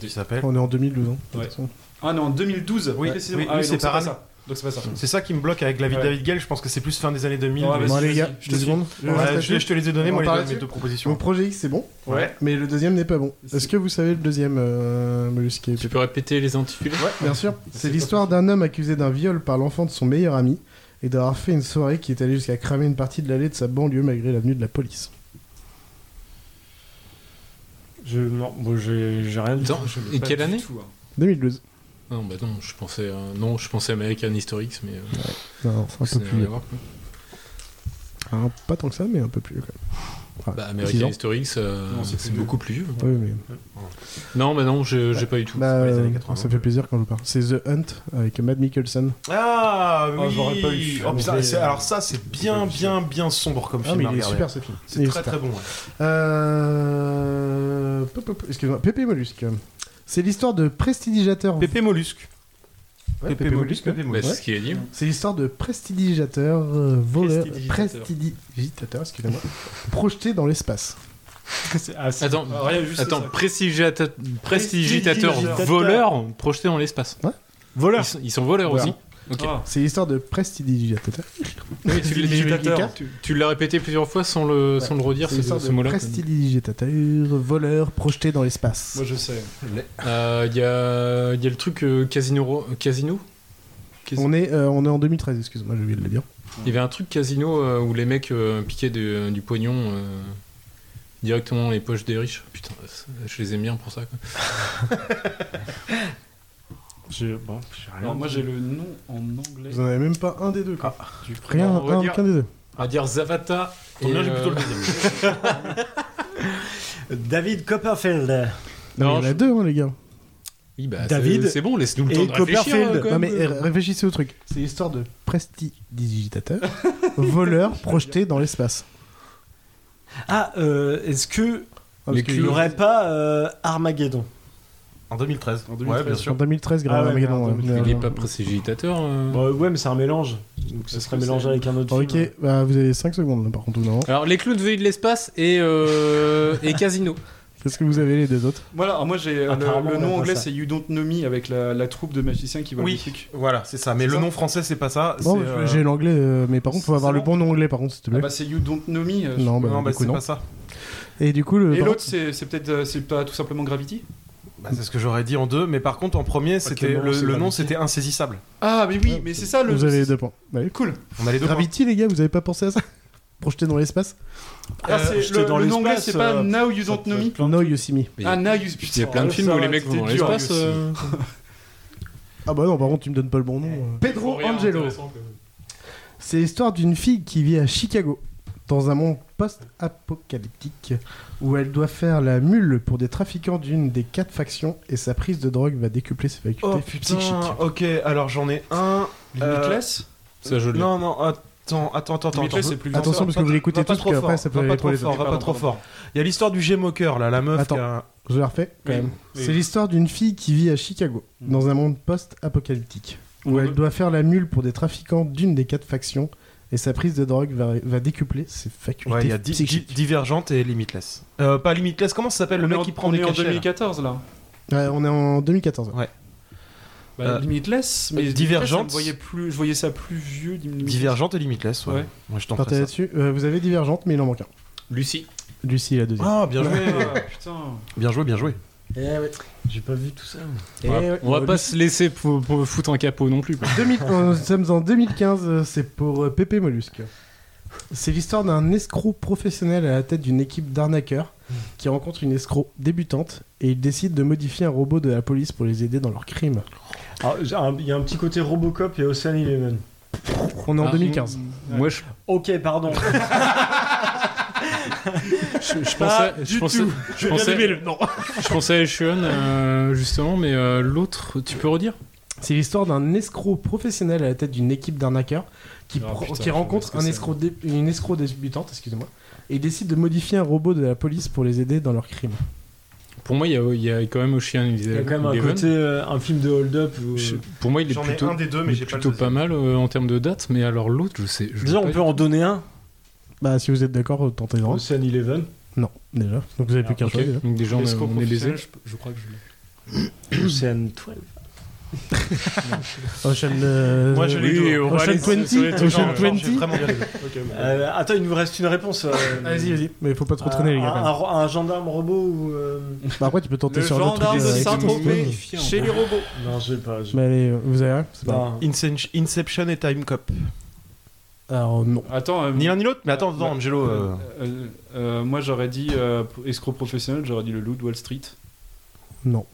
S10: Qui s'appelle
S9: On est en 2012. hein, de
S12: Ouais.
S9: toute façon.
S12: Ah non, 2012
S10: Oui,
S12: précisément.
S10: oui,
S12: Ah
S10: oui,
S12: donc
S10: c'est par
S12: pas
S10: année.
S12: ça. Donc c'est pas ça.
S10: C'est ça qui me bloque avec la vie de
S12: Ouais.
S10: David Gale, je pense que c'est plus fin des années 2000.
S12: Ouais,
S10: mais-
S12: Ah, vas-y,
S9: Bon, les
S12: vas-y,
S9: gars,
S12: je te
S9: deux
S12: suis.
S9: secondes.
S10: Ouais,
S9: On reste
S10: je-
S9: là-dessus
S10: je te les ai donnés,
S9: On
S10: moi, les
S9: parle
S10: deux-
S9: là-dessus
S10: mes deux propositions.
S9: Donc, projet X, c'est bon.
S10: Ouais.
S9: Mais le deuxième n'est pas bon. Est-ce que vous savez le deuxième, euh, Mollusque et
S11: Tu peux répéter les intitulés Ouais,
S9: Bien sûr. C'est l'histoire d'un homme accusé d'un viol par l'enfant de son meilleur ami et d'avoir fait une soirée qui est allée jusqu'à cramer une partie de l'allée de sa banlieue malgré l'avenue de la police.
S13: Je, non, bon, j'ai j'ai rien dit.
S11: Attends,
S12: hein.
S11: et quelle année
S9: 2012.
S11: Non, bah non, je pensais, euh, non, je pensais American Historix, mais. euh,
S9: Non, un
S11: ça
S9: peu
S11: n'a rien
S9: Ah, plus.
S11: à voir, quoi.
S9: Hein, pas tant que ça, mais un peu plus quand même. Enfin,
S11: Bah,
S9: Ah, six
S11: American
S9: ans.
S11: Historix, euh,
S12: Non, c'est
S11: c'est
S12: plus
S11: beaucoup plus vieux.
S9: Oui, mais-
S11: Non, bah non, je- j'ai pas du tout.
S9: Bah,
S11: C'est pas les années
S9: euh,
S11: 80.
S9: ça fait plaisir quand je vous parle. C'est The Hunt avec Matt Mikkelsen.
S10: Ah
S13: Ah, j'aurais
S10: oui
S13: pas eu.
S10: Oh, putain,
S13: Mais-
S10: c'est- Alors ça, c'est bien, bien, bien sombre comme
S9: Ah,
S10: film.
S9: mais
S10: à
S9: il est
S10: regarder.
S9: super, ce film.
S10: C'est
S9: Il est
S10: très,
S9: super.
S10: très bon. ouais.
S9: Euh... pop, pop, Excuse-moi, Pépé Mollusque. C'est l'histoire de prestidigitateur.
S10: Pépé Mollusque.
S9: Ouais,
S10: Pépé
S9: Pépé Mollusque,
S10: Mollusque, Pépé
S11: Bah,
S10: Mollusque.
S11: c'est ce qu'il a dit.
S9: C'est l'histoire de prestidigitateur, euh, voleur,
S12: Prestidigitateur.
S9: prestidigitateur, excusez-moi, (laughs) projeté dans l'espace. Ah,
S11: Attends,
S12: Ah, rien, juste
S11: attends
S12: ça.
S11: prestigitateur, prestigitateur
S12: Prestidigitateur.
S11: voleur projeté dans l'espace.
S9: Ouais.
S11: Voleurs. Ils sont, ils sont voleurs
S9: Voilà.
S11: aussi. Ok.
S12: Ah.
S9: C'est l'histoire de prestidigitateur.
S11: Oui, tu l'as- tu l'as-
S9: Prestidigitateur.
S11: tu- tu l'as répété plusieurs fois sans le, sans le redire,
S9: C'est
S11: ce,
S9: l'histoire
S11: ce
S9: de
S11: mot-là.
S9: prestidigitateur, voleur, projeté dans l'espace.
S12: Moi je sais.
S11: Euh, Il y, a, il y a le truc euh, Casino. Ro- Casino
S9: On est, euh, on est en 2013, excuse-moi, j'ai oublié de le dire.
S11: Il y avait un truc Casino euh, où les mecs euh, piquaient de- du pognon euh, directement dans les poches des riches. Putain, ça- je les aime bien pour ça. quoi.
S13: J'ai- bon, j'ai rien
S12: Alors moi
S13: dit.
S12: j'ai le nom en anglais.
S9: Vous en avez même pas un des deux, quoi.
S12: Du
S9: Rien,
S11: on va
S9: un,
S11: dire-
S9: aucun des deux.
S11: On va dire Zavata. euh,
S13: Tant bien, j'ai plutôt le
S11: deuxième.
S13: David Copperfield.
S9: Non, il y
S11: Non,
S9: en a
S11: je-
S9: deux, hein, les gars.
S11: Oui, bah,
S13: David
S11: c'est- C'est bon, laisse-nous le
S13: et
S11: temps de réfléchir.
S13: Copperfield.
S11: euh, quand
S9: Non, mais
S11: même.
S9: euh, réfléchissez au truc. C'est l'histoire de prestidigitateur, (laughs) voleur projeté dans l'espace.
S13: Ah, euh, est-ce que
S9: Ah, parce
S13: il
S9: que-
S13: n'y aurait pas euh, Armageddon
S10: En 2013.
S12: En 2013.
S10: Ouais, bien
S9: En
S10: sûr.
S9: 2013, grave.
S13: Ah ouais,
S9: Armageddon,
S13: merde,
S9: ouais.
S11: Il est pas prestigitateur. euh.
S13: Bah, Ouais, mais c'est un mélange. Donc ce serait
S12: que
S13: mélangé
S12: c'est-
S13: avec un autre
S9: Ok,
S13: film.
S9: bah, vous avez 5 secondes là, par contre, ou non
S11: Alors, les clowns veillent de l'espace et, euh, et Casino.
S9: Qu'est-ce que vous avez les deux autres
S12: Voilà, alors moi j'ai euh,
S13: Apparemment,
S12: le, le
S13: on
S12: nom
S13: a
S12: anglais
S13: ça.
S12: c'est You Don't Know Me avec la, la troupe de magiciens qui volent le
S10: Oui,
S12: truc.
S10: voilà, c'est ça. Mais
S12: C'est
S10: le
S12: ça
S10: nom français, c'est pas ça.
S9: Non,
S10: c'est, euh,
S9: j'ai l'anglais, euh, mais par contre, faut avoir
S12: c'est
S9: le bon anglais, par contre, s'il te
S12: Ah
S9: plaît.
S12: bah c'est You Don't Know Me. euh,
S9: non, bah,
S10: Non, bah,
S9: du coup,
S10: c'est
S9: non.
S10: pas ça.
S9: Et du coup, le.
S12: Et l'autre c'est c'est peut-être euh, c'est pas tout simplement Gravity
S10: Bah, c'est ce que j'aurais dit en deux, mais par contre, en premier, c'était
S13: nom,
S10: le,
S13: c'est
S10: le
S13: la
S10: nom,
S13: musique.
S10: c'était insaisissable.
S12: Ah mais oui, mais c'est ça le
S9: vous avez les deux points. Bah oui.
S12: cool.
S10: On a les deux points.
S9: Gravity, les gars, vous avez pas pensé à ça projeté dans l'espace
S12: Ah, c'est- le, le nom anglais, c'est pas Now You Don't Know Me
S9: No, You See Me.
S12: Ah, Now You
S11: Il y a plein de films où les mecs vont dans l'espace. euh.
S9: Ah bah non, par contre, tu me donnes pas le bon nom. euh.
S12: Pedro
S9: Angelo. C'est l'histoire d'une fille qui vit à Chicago, dans un monde post-apocalyptique, où elle doit faire la mule pour des trafiquants d'une des quatre factions, et sa prise de drogue va décupler ses facultés
S10: Oh putain,
S9: psychiques.
S10: ok, alors j'en ai un.
S11: euh,
S12: Limitless
S11: Ça, je l'ai.
S10: Non, non, attends, attends, attends. attends.
S11: Limitless, c'est plus
S9: Attention,
S10: Va
S9: parce
S10: pas-
S9: que vous l'écoutez
S10: va pas
S9: tous,
S10: trop
S9: parce qu'après,
S10: fort,
S9: ça peut
S10: va pas
S9: aller pour
S10: trop
S9: les
S10: fort,
S9: autres.
S10: va pas
S9: Pardon,
S10: trop
S9: pardon.
S10: fort. Il y a l'histoire du G-Mocker, là, la meuf qui a un-
S9: Attends, je la refais quand
S10: Oui,
S9: même.
S10: oui. Mm.
S9: C'est l'histoire d'une fille qui vit à Chicago, dans un monde post-apocalyptique, où elle doit faire la mule pour des trafiquants d'une des quatre factions, et sa prise de drogue va, va décupler ses facultés
S10: Ouais, il y a di-
S9: psychiques.
S10: di- Divergente et Limitless. Euh, pas Limitless, comment ça s'appelle le
S12: On est
S10: mec
S12: en-
S10: qui prend
S12: on
S10: des
S12: est en
S10: cachets là
S12: 2014 là.
S9: Ouais, on est en 2014.
S10: Ouais.
S12: Bah,
S10: Euh,
S12: Limitless, mais Limitless,
S10: Divergente.
S12: ça me voyait plus, je voyais ça plus vieux. Limitless.
S10: Divergente et Limitless, ouais.
S12: Ouais.
S10: Moi je t'en
S9: Partez
S10: prie.
S9: là-dessus. Euh, vous avez Divergente, mais il en manque un.
S11: Lucie.
S9: Lucie, la deuxième.
S10: Ah, bien joué.
S12: Ouais, putain.
S10: Bien joué, bien joué.
S13: J'ai pas vu tout ça.
S9: Eh
S11: Ouais,
S9: ouais.
S11: On va
S9: Bon,
S11: pas
S9: lui-
S11: se laisser pou- pou- foutre un capot non plus. quoi.
S9: 2000 euh, nous sommes en 2015, euh, c'est pour euh, Pépé Mollusque. C'est l'histoire d'un escroc professionnel à la tête d'une équipe d'arnaqueurs qui rencontre une escroc débutante et il décide de modifier un robot de la police pour les aider dans leurs crimes.
S13: Alors, j'ai un- Il y a un petit côté Robocop et Ocean Eleven.
S9: On est en
S11: Ah,
S9: 2015.
S11: Moi, je,
S13: Ok, pardon.
S11: je- je
S12: Pas
S11: pensais, je
S12: du
S11: pensais,
S12: tout.
S11: je
S12: J'ai bien aimé
S11: pensais,
S12: le nom.
S11: (laughs) je pensais à Echeon, euh, justement, mais euh, l'autre, tu peux redire
S9: C'est l'histoire d'un escroc professionnel à la tête d'une équipe d'arnaqueurs qui,
S11: Ah,
S9: pro-
S11: putain,
S9: qui
S11: je vois ce
S9: rencontre
S11: que
S9: un
S11: c'est.
S9: escroc dé- une escroc débutante excusez-moi, et décide de modifier un robot de la police pour les aider dans leurs crimes.
S11: Pour moi, il y a, il y a quand même Ocean Eleven.
S13: Il y a quand même un côté euh, un film de hold-up. où- euh,
S11: Je- Pour moi, il est
S10: J'en ai
S11: plutôt,
S10: un des deux, mais
S11: il est
S10: j'ai pas le
S11: plutôt pas,
S10: deuxième.
S11: mal euh, en termes de date. Mais alors l'autre, je sais. je
S13: Déjà,
S11: l'ai
S13: on
S11: pas
S13: peut en donner un.
S9: Bah, si vous êtes d'accord, euh, tentez de
S13: Ocean Eleven.
S9: Non, déjà. Donc vous avez plus qu'un
S11: Ah, ok.
S9: choix déjà.
S11: Donc déjà, on, a-
S12: Escroc
S11: on est baisé.
S12: professionnel, je, je crois que je l'ai.
S13: (coughs) Ocean 12.
S9: Ocean. euh,
S10: Moi, je l'ai
S11: oui,
S10: deux.
S11: on va
S9: Ocean
S11: aller sur-
S9: 20
S11: sur les trucs
S9: Ocean
S11: genre-
S9: 20
S10: J'ai vraiment bien aimé.
S13: Euh, attends, il nous reste une réponse. euh,
S9: (coughs) Vas-y, vas-y. Mais faut pas
S10: Ah,
S9: trop
S13: un-
S9: traîner, les gars.
S13: un,
S9: quand même.
S13: un- un gendarme robot ou. euh,
S9: Bah, après, tu peux tenter
S12: Le
S9: sur d'autres
S12: gendarme
S9: trucs.
S12: de
S9: euh,
S12: Saint-Tropez
S9: avec-
S12: chez les robots.
S13: Non, je sais pas. je-
S9: Mais allez, euh, vous avez rien C'est pas grave.
S13: Non.
S10: Inception- Inception et Time Cop. Ah.
S9: Alors, non.
S12: Attends, euh,
S10: Ni l'un ni l'autre, mais attends, attends,
S12: Ouais.
S10: Angelo. euh,
S12: euh, euh, euh, moi j'aurais dit euh, escroc professionnel, j'aurais dit le loup de Wall Street.
S9: Non.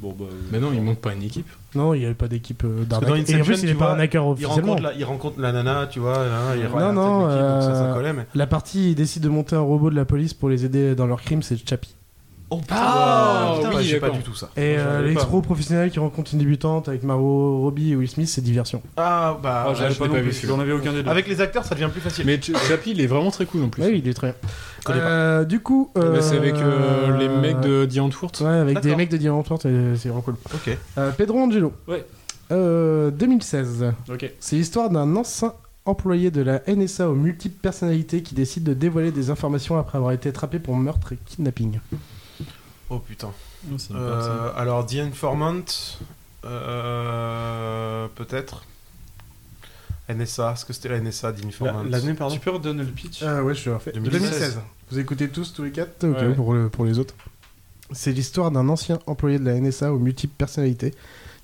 S12: Bon bah. euh,
S11: Mais non, il manque pas une équipe.
S9: Non, il n'y avait pas d'équipe euh,
S10: Parce que dans
S9: d'arnaque. Et en
S10: Inception,
S9: plus, il n'est
S10: tu
S9: pas
S10: vois,
S9: arnaqueur
S10: il
S9: officiellement.
S10: rencontre, la, il rencontre la nana, tu vois. hein, là, il rencontre
S9: non,
S10: l'équipe, donc ça, ça
S9: euh,
S10: collait, mais-
S9: La partie, il décide de monter un robot de la police pour les aider dans leurs crimes, c'est Chappie.
S10: Oh putain,
S11: Ah,
S10: putain,
S11: oui,
S10: bah, j'ai pas
S11: d'accord.
S10: du tout ça.
S9: Et
S10: J'en
S9: euh,
S10: avais pas.
S9: l'expro professionnel qui rencontre une débutante avec Maro, Robbie et Will Smith, c'est diversion.
S10: Ah bah.
S12: ah, j'avais
S11: je l'ai
S12: pas non
S11: pas vu,
S12: plus,
S11: celui-là.
S12: j'en avais aucun des deux.
S10: Avec les acteurs, ça devient plus facile.
S11: Mais Ch- Chappie, il est vraiment très cool en plus.
S13: Ah
S9: Ouais, il est très bien.
S11: connais pas.
S9: Euh, du coup.
S11: Eh ben,
S9: euh,
S11: c'est avec euh, les mecs de The Antwoord.
S9: Ouais, avec des
S10: D'accord.
S9: mecs de Diamant Forte, euh, c'est vraiment cool.
S10: Ok.
S9: Euh, Pedro Angelo.
S12: Ouais.
S9: Euh, 2016.
S12: Ok.
S9: C'est l'histoire d'un ancien employé de la NSA aux multiples personnalités qui décide de dévoiler des informations après avoir été attrapé pour meurtre et kidnapping.
S10: Oh putain.
S12: Non, c'est
S10: Euh,
S12: pas ça.
S10: alors, The Informant, euh, peut-être. NSA, est-ce que c'était la NSA, The Informant
S13: La- L'année, pardon.
S12: Tu peux redonner le pitch
S9: Ah ouais, je suis refait.
S10: 2016.
S9: 2016. Vous écoutez tous, tous les quatre Ok,
S12: Ouais.
S9: pour, le- pour les autres. C'est l'histoire d'un ancien employé de la NSA aux multiples personnalités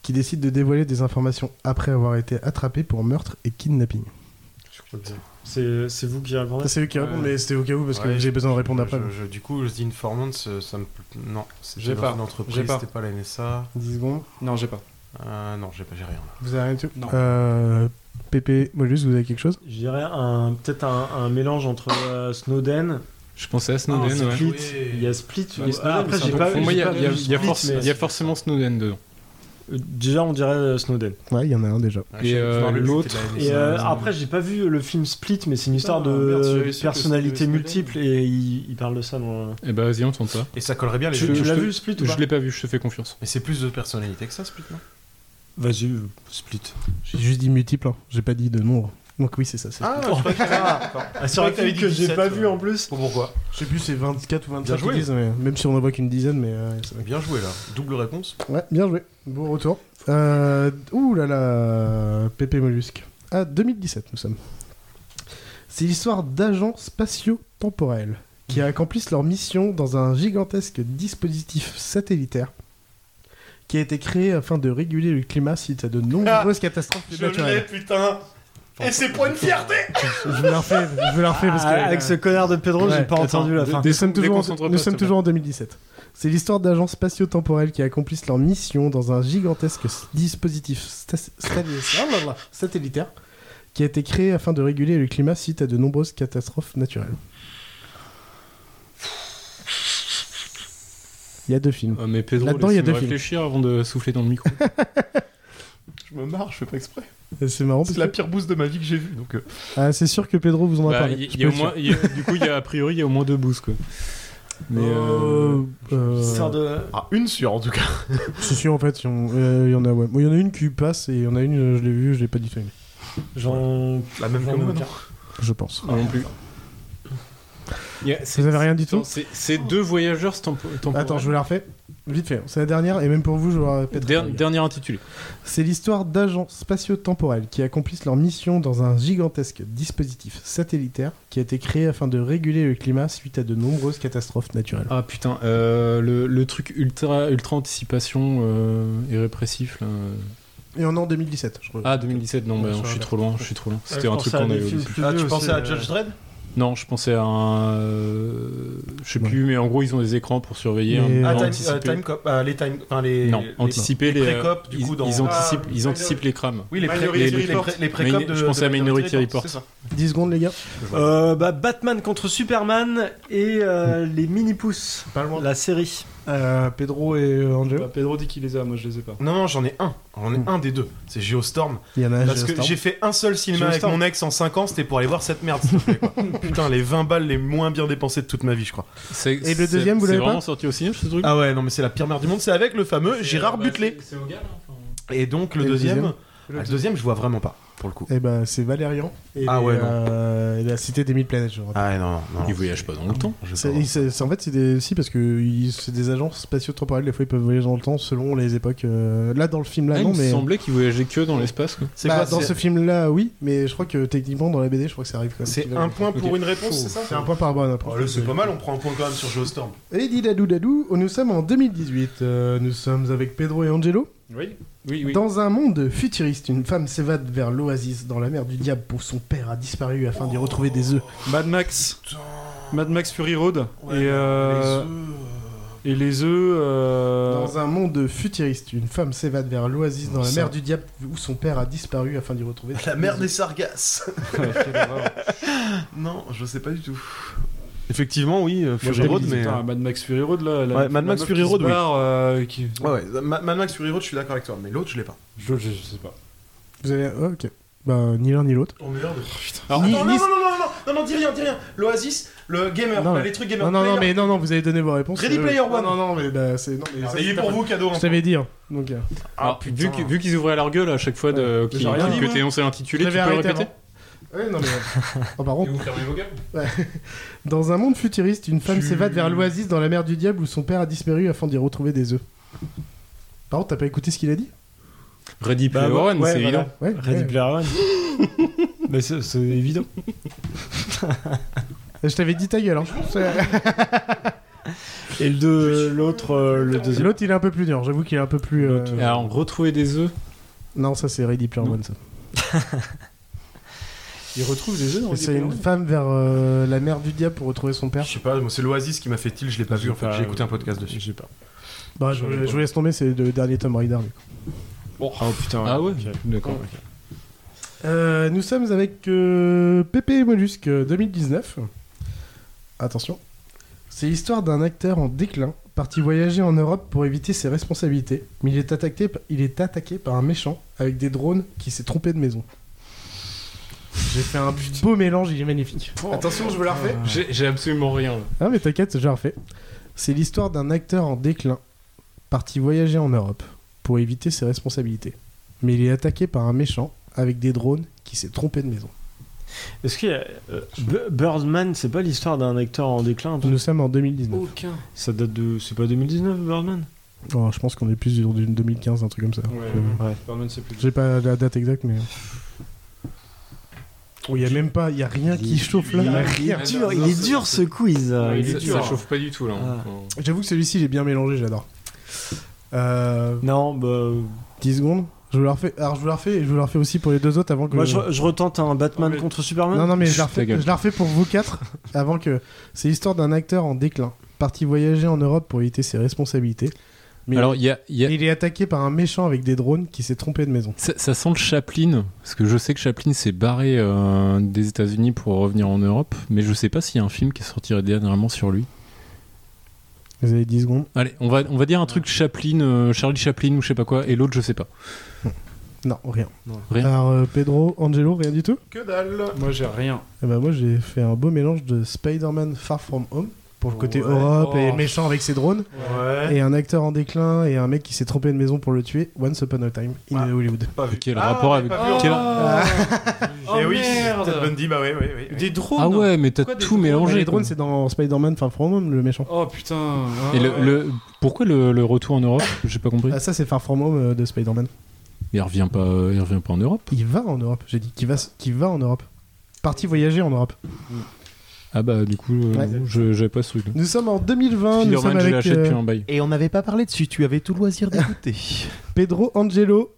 S9: qui décide de dévoiler des informations après avoir été attrapé pour meurtre et kidnapping.
S13: C'est c'est vous qui répondez.
S9: Ça, c'est eux qui répondent, mais c'était au cas où parce que
S10: Ouais,
S9: j'ai
S10: je-
S9: besoin de répondre
S10: je-
S9: après.
S10: je- du coup, The Informant, ça ça me. Non,
S12: J'ai
S10: c'était dans
S12: pas.
S10: une entreprise,
S12: J'ai pas.
S10: c'était pas la NSA.
S9: 10 secondes.
S12: Non, j'ai pas.
S10: Euh, non, j'ai pas, j'ai rien.
S9: Vous avez rien du tout
S12: Non.
S9: Euh, Pépé, Molus, vous avez quelque chose
S13: Je dirais un- peut-être un, un mélange entre euh, Snowden,
S11: Je pensais à Snowden.
S10: Ah,
S11: ouais.
S10: c'est-
S13: Split.
S10: Oui.
S13: Il y a Split. ou-
S12: Bah, Snowden,
S13: Ah,
S12: mais
S13: après,
S12: c'est
S13: j'ai
S12: un
S13: pas
S12: peu-
S11: Pour moi, il y a,
S13: j'ai
S11: il y a-
S13: pas vu
S11: il y a
S13: Split,
S11: forc-
S13: mais
S11: il y a forcément Snowden dedans.
S13: euh, Déjà, on dirait euh, Snowden.
S9: Ouais, il y en a un déjà.
S10: Ah,
S11: Et,
S10: je sais- je me
S11: euh,
S10: rappelle que c'était
S11: l'autre-
S10: de la
S13: Et
S10: NSA.
S13: euh, après, j'ai pas vu le film Split, mais c'est une histoire
S12: Ah, merde, j'avais
S13: de
S12: su que
S13: personnalités
S12: c'était
S13: multiples et il, il parle de ça dans.
S11: Et bah vas-y, on tente ça.
S10: Et ça collerait bien les
S13: Tu,
S10: deux.
S13: tu
S11: je
S13: l'as
S11: te-
S13: vu Split ou
S11: Je
S13: pas
S11: l'ai pas vu, je te fais confiance.
S10: Mais c'est plus de personnalité que ça, Split, non
S13: Vas-y, euh, Split.
S9: J'ai juste dit multiple, hein. j'ai pas dit de nombre. Donc oui, c'est ça. c'est-
S10: Ah, je crois que
S13: (laughs) Ah, c'est un film que j'ai pas vu en plus.
S10: Pourquoi
S9: Je sais plus, c'est 24 ou 25
S10: Bien joué.
S9: qui disent, mais- même si on en voit qu'une dizaine, mais euh, ça va.
S10: Bien joué là, double réponse.
S9: Ouais, bien joué. Bon retour. Euh, ouh là là, Pépé Mollusque. Ah, 2017 nous sommes. C'est l'histoire d'agents spatio temporels qui accomplissent leur mission dans un gigantesque dispositif satellitaire qui a été créé afin de réguler le climat suite à de nombreuses catastrophes
S10: Je l'ai,
S9: naturelles.
S10: putain
S3: Et c'est pas une fierté
S9: Je vais la refaire, je vais la refaire parce que.
S13: Ah, avec ce connard de Pedro, j'ai pas entendu la fin.
S9: Nous sommes toujours, en,
S13: Déconcentre-toi,
S9: nous
S13: s'il
S9: sommes
S13: te plaît.
S9: toujours en 2017. C'est l'histoire d'agences spatio-temporelles qui accomplissent leur mission dans un gigantesque s- dispositif stas- stas- oh là là, satellitaire qui a été créé afin de réguler le climat suite à de nombreuses catastrophes naturelles. Il y a deux films.
S11: Ah, mais Pedro,
S9: Là-dedans, il y a
S11: laisse-moi
S9: deux films.
S11: réfléchir avant de souffler dans le micro.
S10: Je me marre, je fais pas exprès.
S9: Et C'est marrant.
S10: C'est
S9: parce
S10: la
S9: que-
S10: pire bouse de ma vie que j'ai vue. Donc, euh,
S9: Ah, c'est sûr que Pedro vous en a
S11: Bah,
S9: parlé.
S11: il y-
S9: je
S11: il y
S9: peux
S11: a au
S9: le
S11: moins-
S9: dire.
S11: il y a- du coup, il y a, a priori, il y a au moins deux boosts, quoi. Mais
S9: Euh,
S11: euh,
S9: euh,
S13: Histoire de.
S10: ah, une sûre en tout cas.
S9: Si, si, en fait, il y en- euh, il y en a, ouais. Bon, il y en a une qui passe et il y en a une, euh, je l'ai vue, je l'ai pas du tout aimée,
S13: J'en.
S10: La même
S13: j'en
S10: que
S13: ai
S10: moi,
S13: aucun.
S10: non
S9: je pense.
S11: non plus. Il y a- c'est-
S9: avez rien dit
S11: attends,
S9: tout
S11: c'est- C'est deux voyageurs tempo- temporaires.
S9: Attends, je vous la refais. Vite fait, hein. c'est la dernière, et même pour vous, je vous la répète.
S11: Der- Dernier intitulé.
S9: C'est l'histoire d'agents spatio-temporels qui accomplissent leur mission dans un gigantesque dispositif satellitaire qui a été créé afin de réguler le climat suite à de nombreuses catastrophes naturelles.
S11: Ah putain, euh, le, le truc ultra, ultra anticipation euh, et répressif là. euh.
S9: Et on est en 2017, je crois.
S11: Ah 2017, non,
S9: Ouais,
S11: bah, non,
S9: sur
S11: je suis
S9: la-
S11: trop loin, je suis trop loin. C'était
S13: je
S11: un
S13: pensais
S11: truc
S13: à
S11: qu'on
S13: des
S11: avait
S13: films
S11: oublié.
S13: plus
S10: Ah,
S13: vieux
S10: tu pensais
S13: aussi,
S10: à
S13: euh,
S10: Judge Dredd
S11: Non, je pensais à un. euh, je sais plus, mais en gros, ils ont des écrans pour surveiller. un-
S13: Ah,
S11: un-
S13: Time-
S11: anticiper.
S13: euh, Time Cop. Ah, les Time. Enfin, les.
S11: non,
S13: les-
S11: anticiper les.
S13: les
S11: euh,
S13: pré-cops, du
S11: ils,
S13: coup, dans.
S11: ils anticipent,
S13: Ah,
S11: ils anticipent les crams.
S13: Oui, les pré-
S11: Minority
S13: les- les-
S11: Report.
S13: les pré-cops
S11: Mini-
S13: de-
S11: Je pensais
S13: de
S11: à Minority
S13: Minority
S11: Report.
S13: Report, c'est ça.
S9: 10 secondes, les gars.
S13: Euh, bah, Batman contre Superman et euh,
S10: Hmm.
S13: les mini-pouces. La série.
S9: Euh, Pedro et euh, Angelo.
S12: Bah, Pedro dit qu'il les a, moi je les ai pas.
S10: Non, non, j'en ai un. J'en ai
S13: Hmm.
S10: un des deux. C'est Geostorm.
S9: Il y en a un,
S10: Parce que
S9: Geostorm.
S10: j'ai fait un seul cinéma avec
S9: Geostorm.
S10: mon ex en 5 ans, c'était pour aller voir cette merde. s'il te plaît, (laughs) quoi. Putain, les 20 balles les moins bien dépensées de toute ma vie, je crois.
S11: C'est-
S9: Et le
S11: c'est-
S9: deuxième, vous l'avez
S11: C'est vraiment
S9: pas
S11: sorti au cinéma ce truc
S10: Ah ouais, non, mais c'est la pire merde du monde. C'est euh, bah, avec le fameux Gérard Butler.
S11: C'est au gars
S10: Et donc,
S9: Et
S10: le
S9: le
S10: deuxième.
S9: deuxième
S10: ah, hein, Le deuxième, je vois vraiment pas, pour le coup.
S9: Et ben, c'est Valérian. Et
S10: Ah ouais,
S9: les,
S10: non.
S9: euh, et la cité des mille planètes, je
S10: Ah non, non.
S11: Il voyage pas dans le temps.
S10: je vais
S9: C'est-
S10: pas voir.
S9: ils- c'est- c'est- en fait, c'est des, si, parce que ils- c'est des agences spatio-temporelles, des fois ils peuvent voyager dans le temps selon les époques. euh, là, dans le film, là,
S11: Ah,
S9: non,
S11: il me
S9: mais.
S11: semblait qu'il voyageait que dans l'espace. quoi.
S10: C'est
S9: Bah,
S10: quoi,
S9: dans
S10: c'est-
S9: ce film-là, oui, mais je crois que techniquement, dans la BD, je crois que ça arrive quand même.
S10: C'est un point pour
S11: Ok.
S10: une réponse, c'est ça
S9: C'est un point par bonne après.
S10: Oh, là, C'est pas mal, on prend un point quand même sur Geostorm.
S9: Et didadou dadou, nous sommes en 2018. euh, nous sommes avec Pedro et Angelo.
S11: Oui, oui, oui.
S9: Dans un monde futuriste, une femme s'évade vers l'oasis dans la mer du diable où son père a disparu afin d'y retrouver des œufs.
S12: Mad Max. Mad Max Fury Road. et, euh, et les œufs. euh, (laughs)
S9: Dans un monde futuriste, une femme s'évade vers l'oasis dans la
S12: Ça.
S9: mer du diable où son père a disparu afin d'y retrouver.
S10: La mère des sargasses. (laughs)
S12: quelle horreur.
S10: Non, je sais pas du tout. Effectivement, oui, euh,
S12: Moi,
S10: Fury
S12: j'ai
S10: Road,
S12: dit,
S10: mais.
S12: putain, Mad Max Fury Road là. la-
S10: Ouais, Mad
S12: la
S10: Max
S12: meuf
S10: Fury
S12: qui se
S10: Road, oui.
S12: barre, euh, qui-
S10: Ouais, ouais, Ma- Mad Max Fury Road, je suis d'accord avec toi, mais l'autre, je l'ai pas.
S12: Je, je- je sais pas.
S9: Vous avez. oh, ok. Bah, ni l'un ni l'autre.
S10: Oh merde.
S9: Alors, ni-
S10: non, non,
S9: ni-
S10: non, non, non, non, non, non, dis rien, dis rien. L'Oasis, le gamer,
S9: Non,
S10: euh,
S9: mais-
S10: les trucs gamer.
S9: Non, non, non,
S10: player.
S9: mais non, non, vous avez donné vos réponses.
S10: Ready
S9: Euh,
S10: Player One.
S9: Non, non, non, mais bah, c'est. Non, mais ça,
S10: Payé
S9: c'est
S10: pour
S9: pas-
S10: vous, cadeau. hein.
S9: Je t'avais dit. hein. Donc, euh,
S11: Alors,
S10: putain.
S11: vu que- vu qu'ils ouvraient à leur gueule à chaque fois de, qui,
S9: j'ai rien dit,
S11: que
S9: moi.
S11: t'es énoncé l'intitulé,
S9: Je
S11: tu peux
S9: l'avais
S11: le
S9: arrêté
S11: répéter
S9: ouais, non, mais. Oh, par contre.
S11: fermez vos gueules
S9: Dans un monde futuriste, une femme
S11: Tu-
S9: s'évade vers l'oasis dans la mer du diable où son père a disparu afin d'y retrouver des œufs. Par contre, t'as pas écouté ce qu'il a dit
S11: Ready
S13: Bah,
S11: Player
S13: ouais,
S11: One,
S13: ouais,
S11: c'est
S13: voilà.
S11: évident.
S9: Ouais.
S13: Ready
S9: ouais.
S13: Player (laughs) One. Mais c'est c'est évident.
S9: Je t'avais dit ta gueule. Hein.
S13: Et le deux- l'autre, euh, le deuxième.
S9: L'autre, il est un peu plus dur. J'avoue qu'il est un peu plus. euh,
S11: Et Alors, retrouver des œufs.
S9: Non, ça c'est Ready Player
S11: Non.
S9: One. Ça.
S12: Ils retrouvent des œufs dans Ready
S9: C'est
S12: Player
S9: une
S12: One
S9: femme vers euh, la mer du diable pour retrouver son père.
S10: Je sais pas, moi, c'est l'Oasis qui m'a fait tilt, je l'ai pas vu en fait,
S12: pas,
S10: j'ai écouté
S12: euh,
S10: un podcast dessus.
S12: Je sais pas.
S9: Bah, je, je vous laisse tomber, c'est le dernier Tom Raider. du coup.
S12: Oh putain.
S11: Ah ouais D'accord.
S9: Euh, nous sommes avec euh, Pépé et Mollusque euh, 2019. Attention. C'est l'histoire d'un acteur en déclin, parti voyager en Europe pour éviter ses responsabilités, mais il est attaqué, p- il est attaqué par un méchant avec des drones qui s'est trompé de maison. J'ai fait un beau mélange, il est magnifique. Attention, je vous la refais.
S11: J'ai j'ai absolument rien là.
S9: Ah mais t'inquiète, je la refais. C'est l'histoire d'un acteur en déclin, parti voyager en Europe pour éviter ses responsabilités. Mais il est attaqué par un méchant avec des drones qui s'est trompé de maison.
S13: Est-ce qu'il y a. euh, B- Birdman, c'est pas l'histoire d'un acteur en déclin un peu
S9: Nous sommes en 2019.
S12: Aucun.
S13: Ça date de. C'est pas 2019, Birdman
S9: Oh, je pense qu'on est plus dans une 2015, un truc comme ça.
S12: Ouais.
S9: Euh,
S13: Ouais.
S12: Birdman, c'est plus.
S9: J'ai pas la date exacte, mais. Oh, il y a même pas, il y a rien qui chauffe là.
S13: Il,
S9: y a
S13: est
S9: rien.
S13: dur,
S11: non,
S13: il est
S11: c'est-
S13: dur ce quiz. euh,
S11: Ouais,
S13: il est
S11: ça,
S13: dur.
S11: ça chauffe pas du tout là. hein.
S13: Ah.
S11: On-
S9: J'avoue que celui-ci, j'ai bien mélangé, j'adore. Euh,
S13: Non, bah.
S9: 10 secondes Je vous la refais, alors je vous la refais et je vous la refais aussi pour les deux autres avant que.
S13: Moi, je, je retente un Batman contre Superman.
S9: Non, non, mais je la,
S13: Pff, Hein ta
S9: refais,
S13: gueule.
S9: je la refais pour vous quatre (laughs) avant que. C'est l'histoire d'un acteur en déclin, parti voyager en Europe pour éviter ses responsabilités. Mais
S11: Alors, il y a- il y a-
S9: il est attaqué par un méchant avec des drones qui s'est trompé de maison.
S11: Ça, ça sent le Chaplin, parce que je sais que Chaplin s'est barré euh, des États-Unis pour revenir en Europe, mais je sais pas s'il y a un film qui sortirait dernièrement sur lui.
S9: Vous avez 10 secondes
S11: Allez, on va, on va dire un truc Chaplin, euh, Charlie Chaplin ou je sais pas quoi, et l'autre je sais pas.
S9: Non, rien.
S11: Rien.
S9: Alors, euh, Pedro, Angelo, rien du tout
S10: Que dalle
S12: Moi, j'ai rien.
S9: Eh ben, moi, j'ai fait un beau mélange de Spider-Man Far From Home pour le côté
S12: Ouais.
S9: Europe et
S12: Oh.
S9: méchant avec ses drones.
S10: Hein
S12: Ouais.
S9: Et un acteur en déclin et un mec qui s'est trompé de maison pour le tuer. Once Upon a Time in Hollywood.
S11: Quel
S10: Ah,
S11: rapport avec. quel-
S12: (laughs) Oh,
S10: Eh oui, Ted Bundy, bah oui, oui, oui.
S12: Des drones
S11: Ah ouais, mais t'as tout mélangé.
S9: les drones,
S11: quoi.
S9: c'est dans Spider-Man Far From Home, le méchant.
S12: Oh putain.
S11: Et le, le- pourquoi le, le retour en Europe J'ai pas compris.
S9: Ah, ça, c'est Far From Home euh, de Spider-Man.
S11: Il revient pas, euh, il revient pas en Europe.
S9: Il va en Europe, j'ai dit. Qui va, s- qui va en Europe. Parti voyager en Europe.
S11: Ah bah du coup, euh,
S9: Ouais.
S11: non, je- j'avais pas ce truc.
S9: Nous sommes en 2020, nous sommes avec euh,
S11: hein.
S16: Et on n'avait pas parlé dessus, tu avais tout
S13: (laughs)
S16: loisir d'écouter.
S9: Pedro Angelo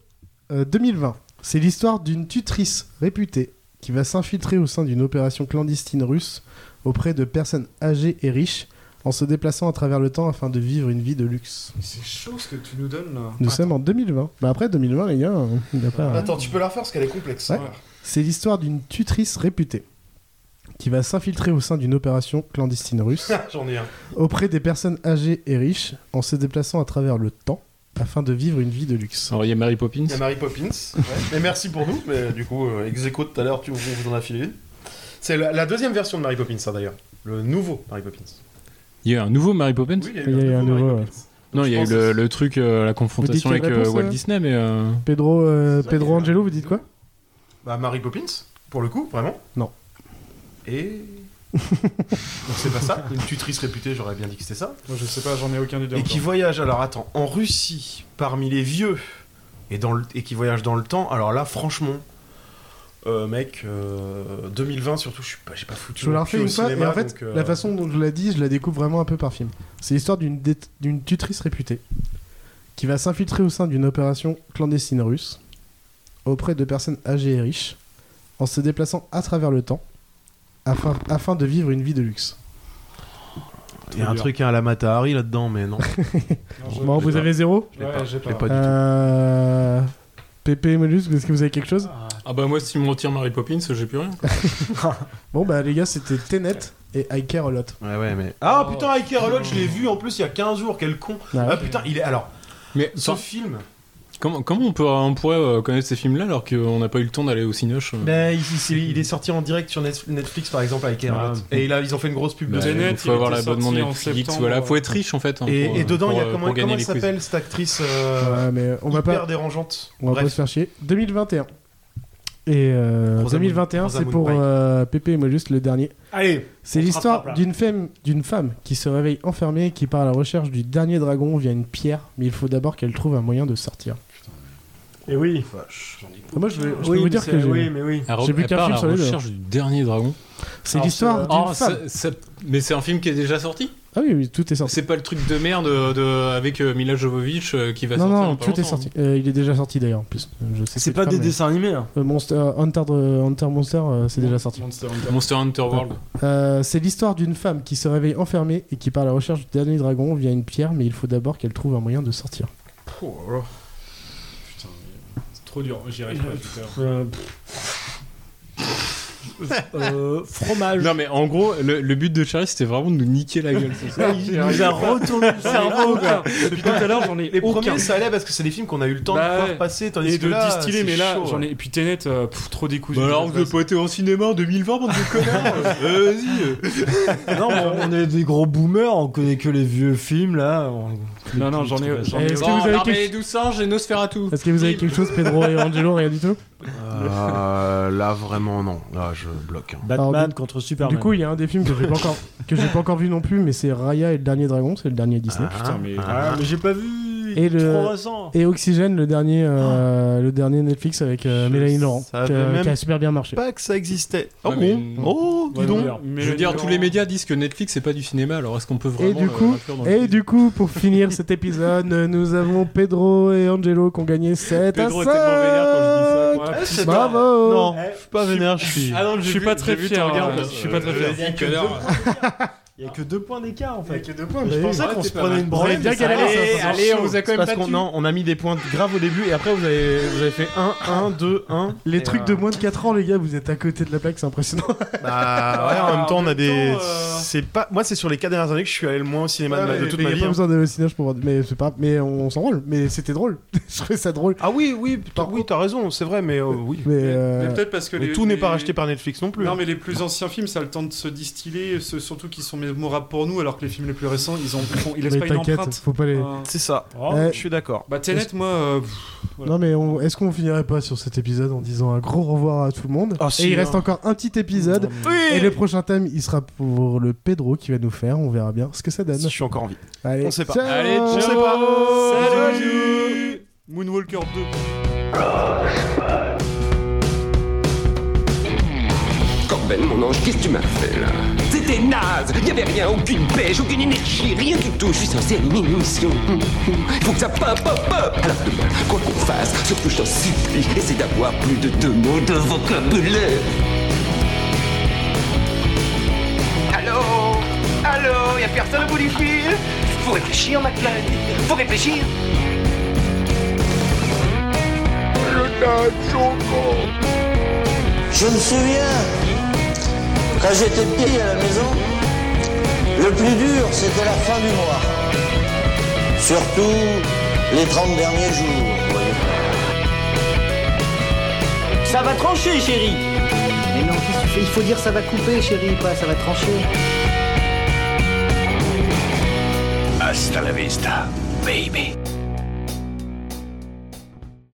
S9: euh, 2020. C'est l'histoire d'une tutrice réputée qui va s'infiltrer au sein d'une opération clandestine russe auprès de personnes âgées et riches en se déplaçant à travers le temps afin de vivre une vie de luxe.
S12: C'est chaud ce que tu nous donnes là.
S9: Nous sommes en 2020. Bah après 2020 les gars, on- il n'y a pas...
S10: Attends, tu peux la refaire parce qu'elle est complexe.
S9: Ouais. C'est l'histoire d'une tutrice réputée qui va s'infiltrer au sein d'une opération clandestine russe
S10: (laughs) J'en ai un.
S9: auprès des personnes âgées et riches en se déplaçant à travers le temps afin de vivre une vie de luxe.
S11: Alors il y a Mary Poppins.
S10: Il y a Mary Poppins. ouais. (laughs) Mais merci pour nous. Mais du coup, euh, ex aequo de tout à l'heure, tu vous en a filé une. C'est la, la deuxième version de Mary Poppins, ça d'ailleurs. Le nouveau Mary Poppins.
S11: Il y a un nouveau Mary Poppins
S9: Il y a eu un nouveau, ouais.
S11: Non, il y a eu
S9: Je pense
S11: le, le truc, euh,
S9: Vous
S11: la
S9: dites
S11: confrontation
S9: quelle
S11: avec euh,
S9: réponse,
S11: Walt
S9: euh
S11: Disney, mais. euh,
S9: Pedro, euh, Pedro Angelo, vous dites quoi
S10: Bah, Mary Poppins, pour le coup, vraiment.
S9: Non.
S10: (laughs) Et. Donc c'est pas ça. Une tutrice réputée, j'aurais bien dit que c'était ça.
S12: Moi, je sais pas, j'en ai aucun des deux.
S10: Et qui
S12: encore.
S10: voyage, alors attends, en Russie, parmi les vieux, et, dans le- et qui voyage dans le temps, alors là, franchement. euh, mec, euh, 2020 surtout, je suis pas, j'ai pas foutu.
S9: Je vous la
S10: mon
S9: refais
S10: cul au
S9: une fois,
S10: cinéma,
S9: et en fait,
S10: donc, euh,
S9: la façon dont je la dis, je la découvre vraiment un peu par film. C'est l'histoire d'une dé- d'une tutrice réputée qui va s'infiltrer au sein d'une opération clandestine russe auprès de personnes âgées et riches en se déplaçant à travers le temps afin, afin de vivre une vie de luxe.
S10: Il y a un truc à la Matahari là-dedans, mais non.
S9: bon, vous avez zéro
S11: Je l'ai pas, je l'ai pas. Je l'ai pas du tout.
S9: Euh, Pépé et Mollusque, est-ce que vous avez quelque chose
S11: Ah bah moi, si me retire Mary Poppins, j'ai plus rien.
S9: Bon, bah les gars, c'était Tenet et I Care a Lot.
S10: Ouais, ouais, mais. Ah putain, Ike Rolot, je l'ai vu en plus il y a 15 jours, quel con.
S9: Ah,
S10: Ah putain, il est. Alors,
S11: Mais
S10: ce
S11: sans-
S10: film.
S11: Comment, comment on, peut, on pourrait euh, connaître ces films-là alors qu'on n'a pas eu le temps d'aller au Cinoche euh
S10: Ben, il, est sorti en direct sur Netflix par exemple avec
S11: Ike Rolot.
S10: Et là, ils ont fait une grosse pub
S11: Bah,
S10: de
S11: il faut avoir l'abonnement Netflix, voilà. Faut être riche en fait. hein,
S10: et,
S11: pour,
S10: et
S11: euh,
S10: dedans, il y a
S11: pour, euh,
S10: comment,
S11: pour gagner
S10: comment elle
S11: les quiz.
S10: s'appelle cette actrice euh,
S9: Ouais, mais on va
S10: hyper
S9: pas-
S10: dérangeante
S9: On va
S10: (laughs)
S9: pas se (laughs) faire chier. 2021. Et euh,
S10: Rosamund-
S9: 2021, c'est
S10: Rosamund
S9: pour
S10: Pike.
S9: euh, Pépé et Mollusque, le dernier.
S10: Allez,
S9: C'est
S10: on se
S9: l'histoire
S10: rattrape, là.
S9: d'une femme, d'une femme qui se réveille enfermée et qui part à la recherche du dernier dragon via une pierre, mais il faut d'abord qu'elle trouve un moyen de sortir.
S13: (laughs)
S9: Ah,
S13: Et oui.
S9: Moi, je, vais- je
S13: Oui,
S9: peux vous
S13: mais
S9: dire
S13: c'est-
S9: que j'ai
S13: oui, mais oui.
S11: Elle re-
S9: j'ai plus
S11: elle
S9: qu'un
S11: part
S9: film
S11: à la
S9: sur les deux.
S11: recherche du dernier dragon.
S9: C'est l'histoire
S11: Ah,
S9: d'une
S11: ça-
S9: femme.
S11: ça- Mais c'est un film qui est déjà sorti
S9: Ah oui, oui, tout est sorti.
S11: C'est pas le truc de merde euh, de- avec euh, Mila Jovovich euh, qui va
S9: Non,
S11: sortir.
S9: non,
S11: dans pas
S9: tout est
S11: longtemps.
S9: sorti. Euh, il est déjà sorti d'ailleurs. en plus. Je sais
S13: C'est hein.
S9: plus
S13: pas des
S9: mais-
S13: dessins animés.
S9: Euh, Monster Hunter, de- Hunter Monster, euh, c'est déjà sorti.
S12: Monster
S11: hein. Monster Hunter World.
S9: Euh, c'est l'histoire d'une femme qui se réveille enfermée et qui part à la recherche du dernier dragon via une pierre, mais il faut d'abord qu'elle trouve un moyen de sortir.
S12: Oh là là. Putain, mais c'est trop dur. J'y arrive pas tout à l'heure.
S10: Euh,
S13: fromage.
S11: Non mais en gros, le, le but de Charlie c'était vraiment de nous niquer la gueule. c'est ça
S13: Il nous a retourné le cerveau, quoi.
S12: (laughs) Depuis tout à l'heure, j'en ai
S10: Les
S12: aucun.
S10: premiers, ça allait parce que c'est des films qu'on a eu le temps de
S12: Bah
S10: voir
S12: ouais.
S10: passer, tandis
S12: et
S10: que
S12: de
S10: là,
S12: distiller,
S10: c'est
S12: mais là,
S10: chaud,
S12: j'en ai. Et puis Tenet, euh, pff, trop décousu.
S11: Bah alors, vous devez pas été en cinéma en 2020, bande de connards euh, Vas-y euh.
S13: non, mais on est des gros boomers, on connaît que les vieux films là. on-
S12: Non, non, j'en ai. j'en ai-
S9: Est-ce que vous avez quelque-
S11: douceurs, j'ai Nosferatu.
S9: Est-ce que vous avez quelque chose, Pedro et Angelo Rien du tout
S10: Euh, là, vraiment, non. Là, je bloque. hein.
S13: Batman
S9: Alors, du-
S13: contre Superman.
S9: Du coup, il y a un des films que j'ai pas encore
S10: Ah,
S9: que j'ai pas encore vu non plus, mais c'est Raya et le dernier dragon, c'est le dernier Disney.
S13: Ah, mais j'ai pas vu. oui,
S9: et
S13: trop
S9: le
S13: récent.
S9: et Oxygène, le dernier, euh, le dernier Netflix avec euh, Mélanie Laurent,
S10: savais
S9: qui, a-
S10: même
S9: qui a super bien marché.
S10: Pas que ça existait. Oh bon
S11: Ouais, Ah, mais-
S10: Oh, dis
S11: Ouais,
S10: donc.
S11: mais- Je veux dire, tous les médias disent que Netflix c'est pas du cinéma, alors est-ce qu'on peut vraiment
S9: Et du
S11: le-
S9: coup,
S11: l'inclure dans le-
S9: et du coup, pour finir cet épisode, euh, nous avons Pedro et Angelo qui ont gagné 7 à 5.
S12: Pedro est tellement vénère quand
S10: Eh,
S12: je dis ça. Ouais.
S9: c'est Bravo.
S10: Non, je suis Bah, pas vénère, je suis.
S12: Ah non, j'ai
S10: je suis
S12: vu-
S10: pas
S12: j'ai
S10: très
S12: vu ton
S10: fier.
S12: regard,
S10: hein.
S12: parce que je suis pas très fier.
S10: Je-
S12: Que l'heure.
S13: Il y a que deux points d'écart en fait. Il y a que deux
S9: points.
S13: Je
S10: bah
S13: pensais
S10: oui.
S13: qu'on
S10: Ouais,
S13: se
S10: t'es pas
S13: prenait
S10: mal.
S13: une branlée.
S10: Vous avez bien galéré,
S13: Allez,
S10: ça,
S13: allez,
S10: c'est
S13: on vous a quand même
S10: parce qu'on-
S13: battu.
S10: non, on a mis des points graves au début et après vous avez, vous avez fait 1, 1, 2, 1.
S9: Les trucs de moins de 4 ans, les gars, vous êtes à côté de la plaque, c'est impressionnant.
S10: Bah ouais, en même temps, on a des. C'est pas. Moi, c'est sur les 4 dernières années que je suis allé le moins au cinéma de ma- de toute
S9: Il
S10: ma
S9: n'y a
S10: vie.
S9: pas
S10: hein.
S9: besoin d'hallucinage pour voir. Mais c'est pas. Mais on, on s'en rôle. Mais c'était drôle. (laughs) je trouvais ça drôle.
S10: Ah oui, oui, t'as- oui, t'as raison, c'est vrai, mais euh, oui.
S9: Mais, euh,
S12: Mais peut-être parce que
S10: Mais
S12: les-
S10: tout n'est
S12: les-
S10: pas racheté par Netflix non plus.
S12: Non, mais les plus anciens films, ça a le temps de se distiller, ceux surtout qui sont mémorables pour nous, alors que les films les plus récents, ils, ont, ils, font- ils laissent
S9: Mais
S12: pas une
S9: t'inquiète,
S12: empreinte.
S9: faut pas les-
S10: C'est ça.
S9: Euh,
S10: Ah, je suis d'accord.
S12: Bah, Tenet, moi. euh, pff, voilà.
S9: Non mais on- est-ce qu'on finirait pas sur cet épisode en disant un gros au revoir à tout le monde
S10: Ah, si,
S9: Et il
S10: hein.
S9: reste encore un petit épisode.
S10: Oui.
S9: et le prochain thème, il sera pour le Pedro qui va nous faire. On verra bien ce que ça donne.
S10: Si je suis encore en vie.
S9: Allez,
S10: On sait pas.
S9: ciao.
S10: Allez,
S12: On sait pas.
S10: Salut.
S12: Salut Moonwalker 2.
S4: Corben, Ben, mon ange, qu'est-ce que tu m'as fait là C'était naze Il avait rien, aucune pêche, aucune énergie, rien du tout. Je suis censé animer une mission. Hum, hum. Faut que ça pop, pop, pop Alors demain, quoi qu'on fasse, surtout je t'en supplie, essaie d'avoir plus de deux mots de vocabulaire.
S7: Allô Allô Y'a personne au bout du fil Faut réfléchir, McLean Faut réfléchir
S15: Je me souviens, quand j'étais petit à la maison, le plus dur, c'était la fin du mois. Surtout les 30 derniers jours. vous voyez.
S7: Ça va trancher, chérie Mais non, qu'est-ce que tu fais Il faut dire ça va couper, chérie, pas ça va trancher.
S4: Hasta la vista, baby.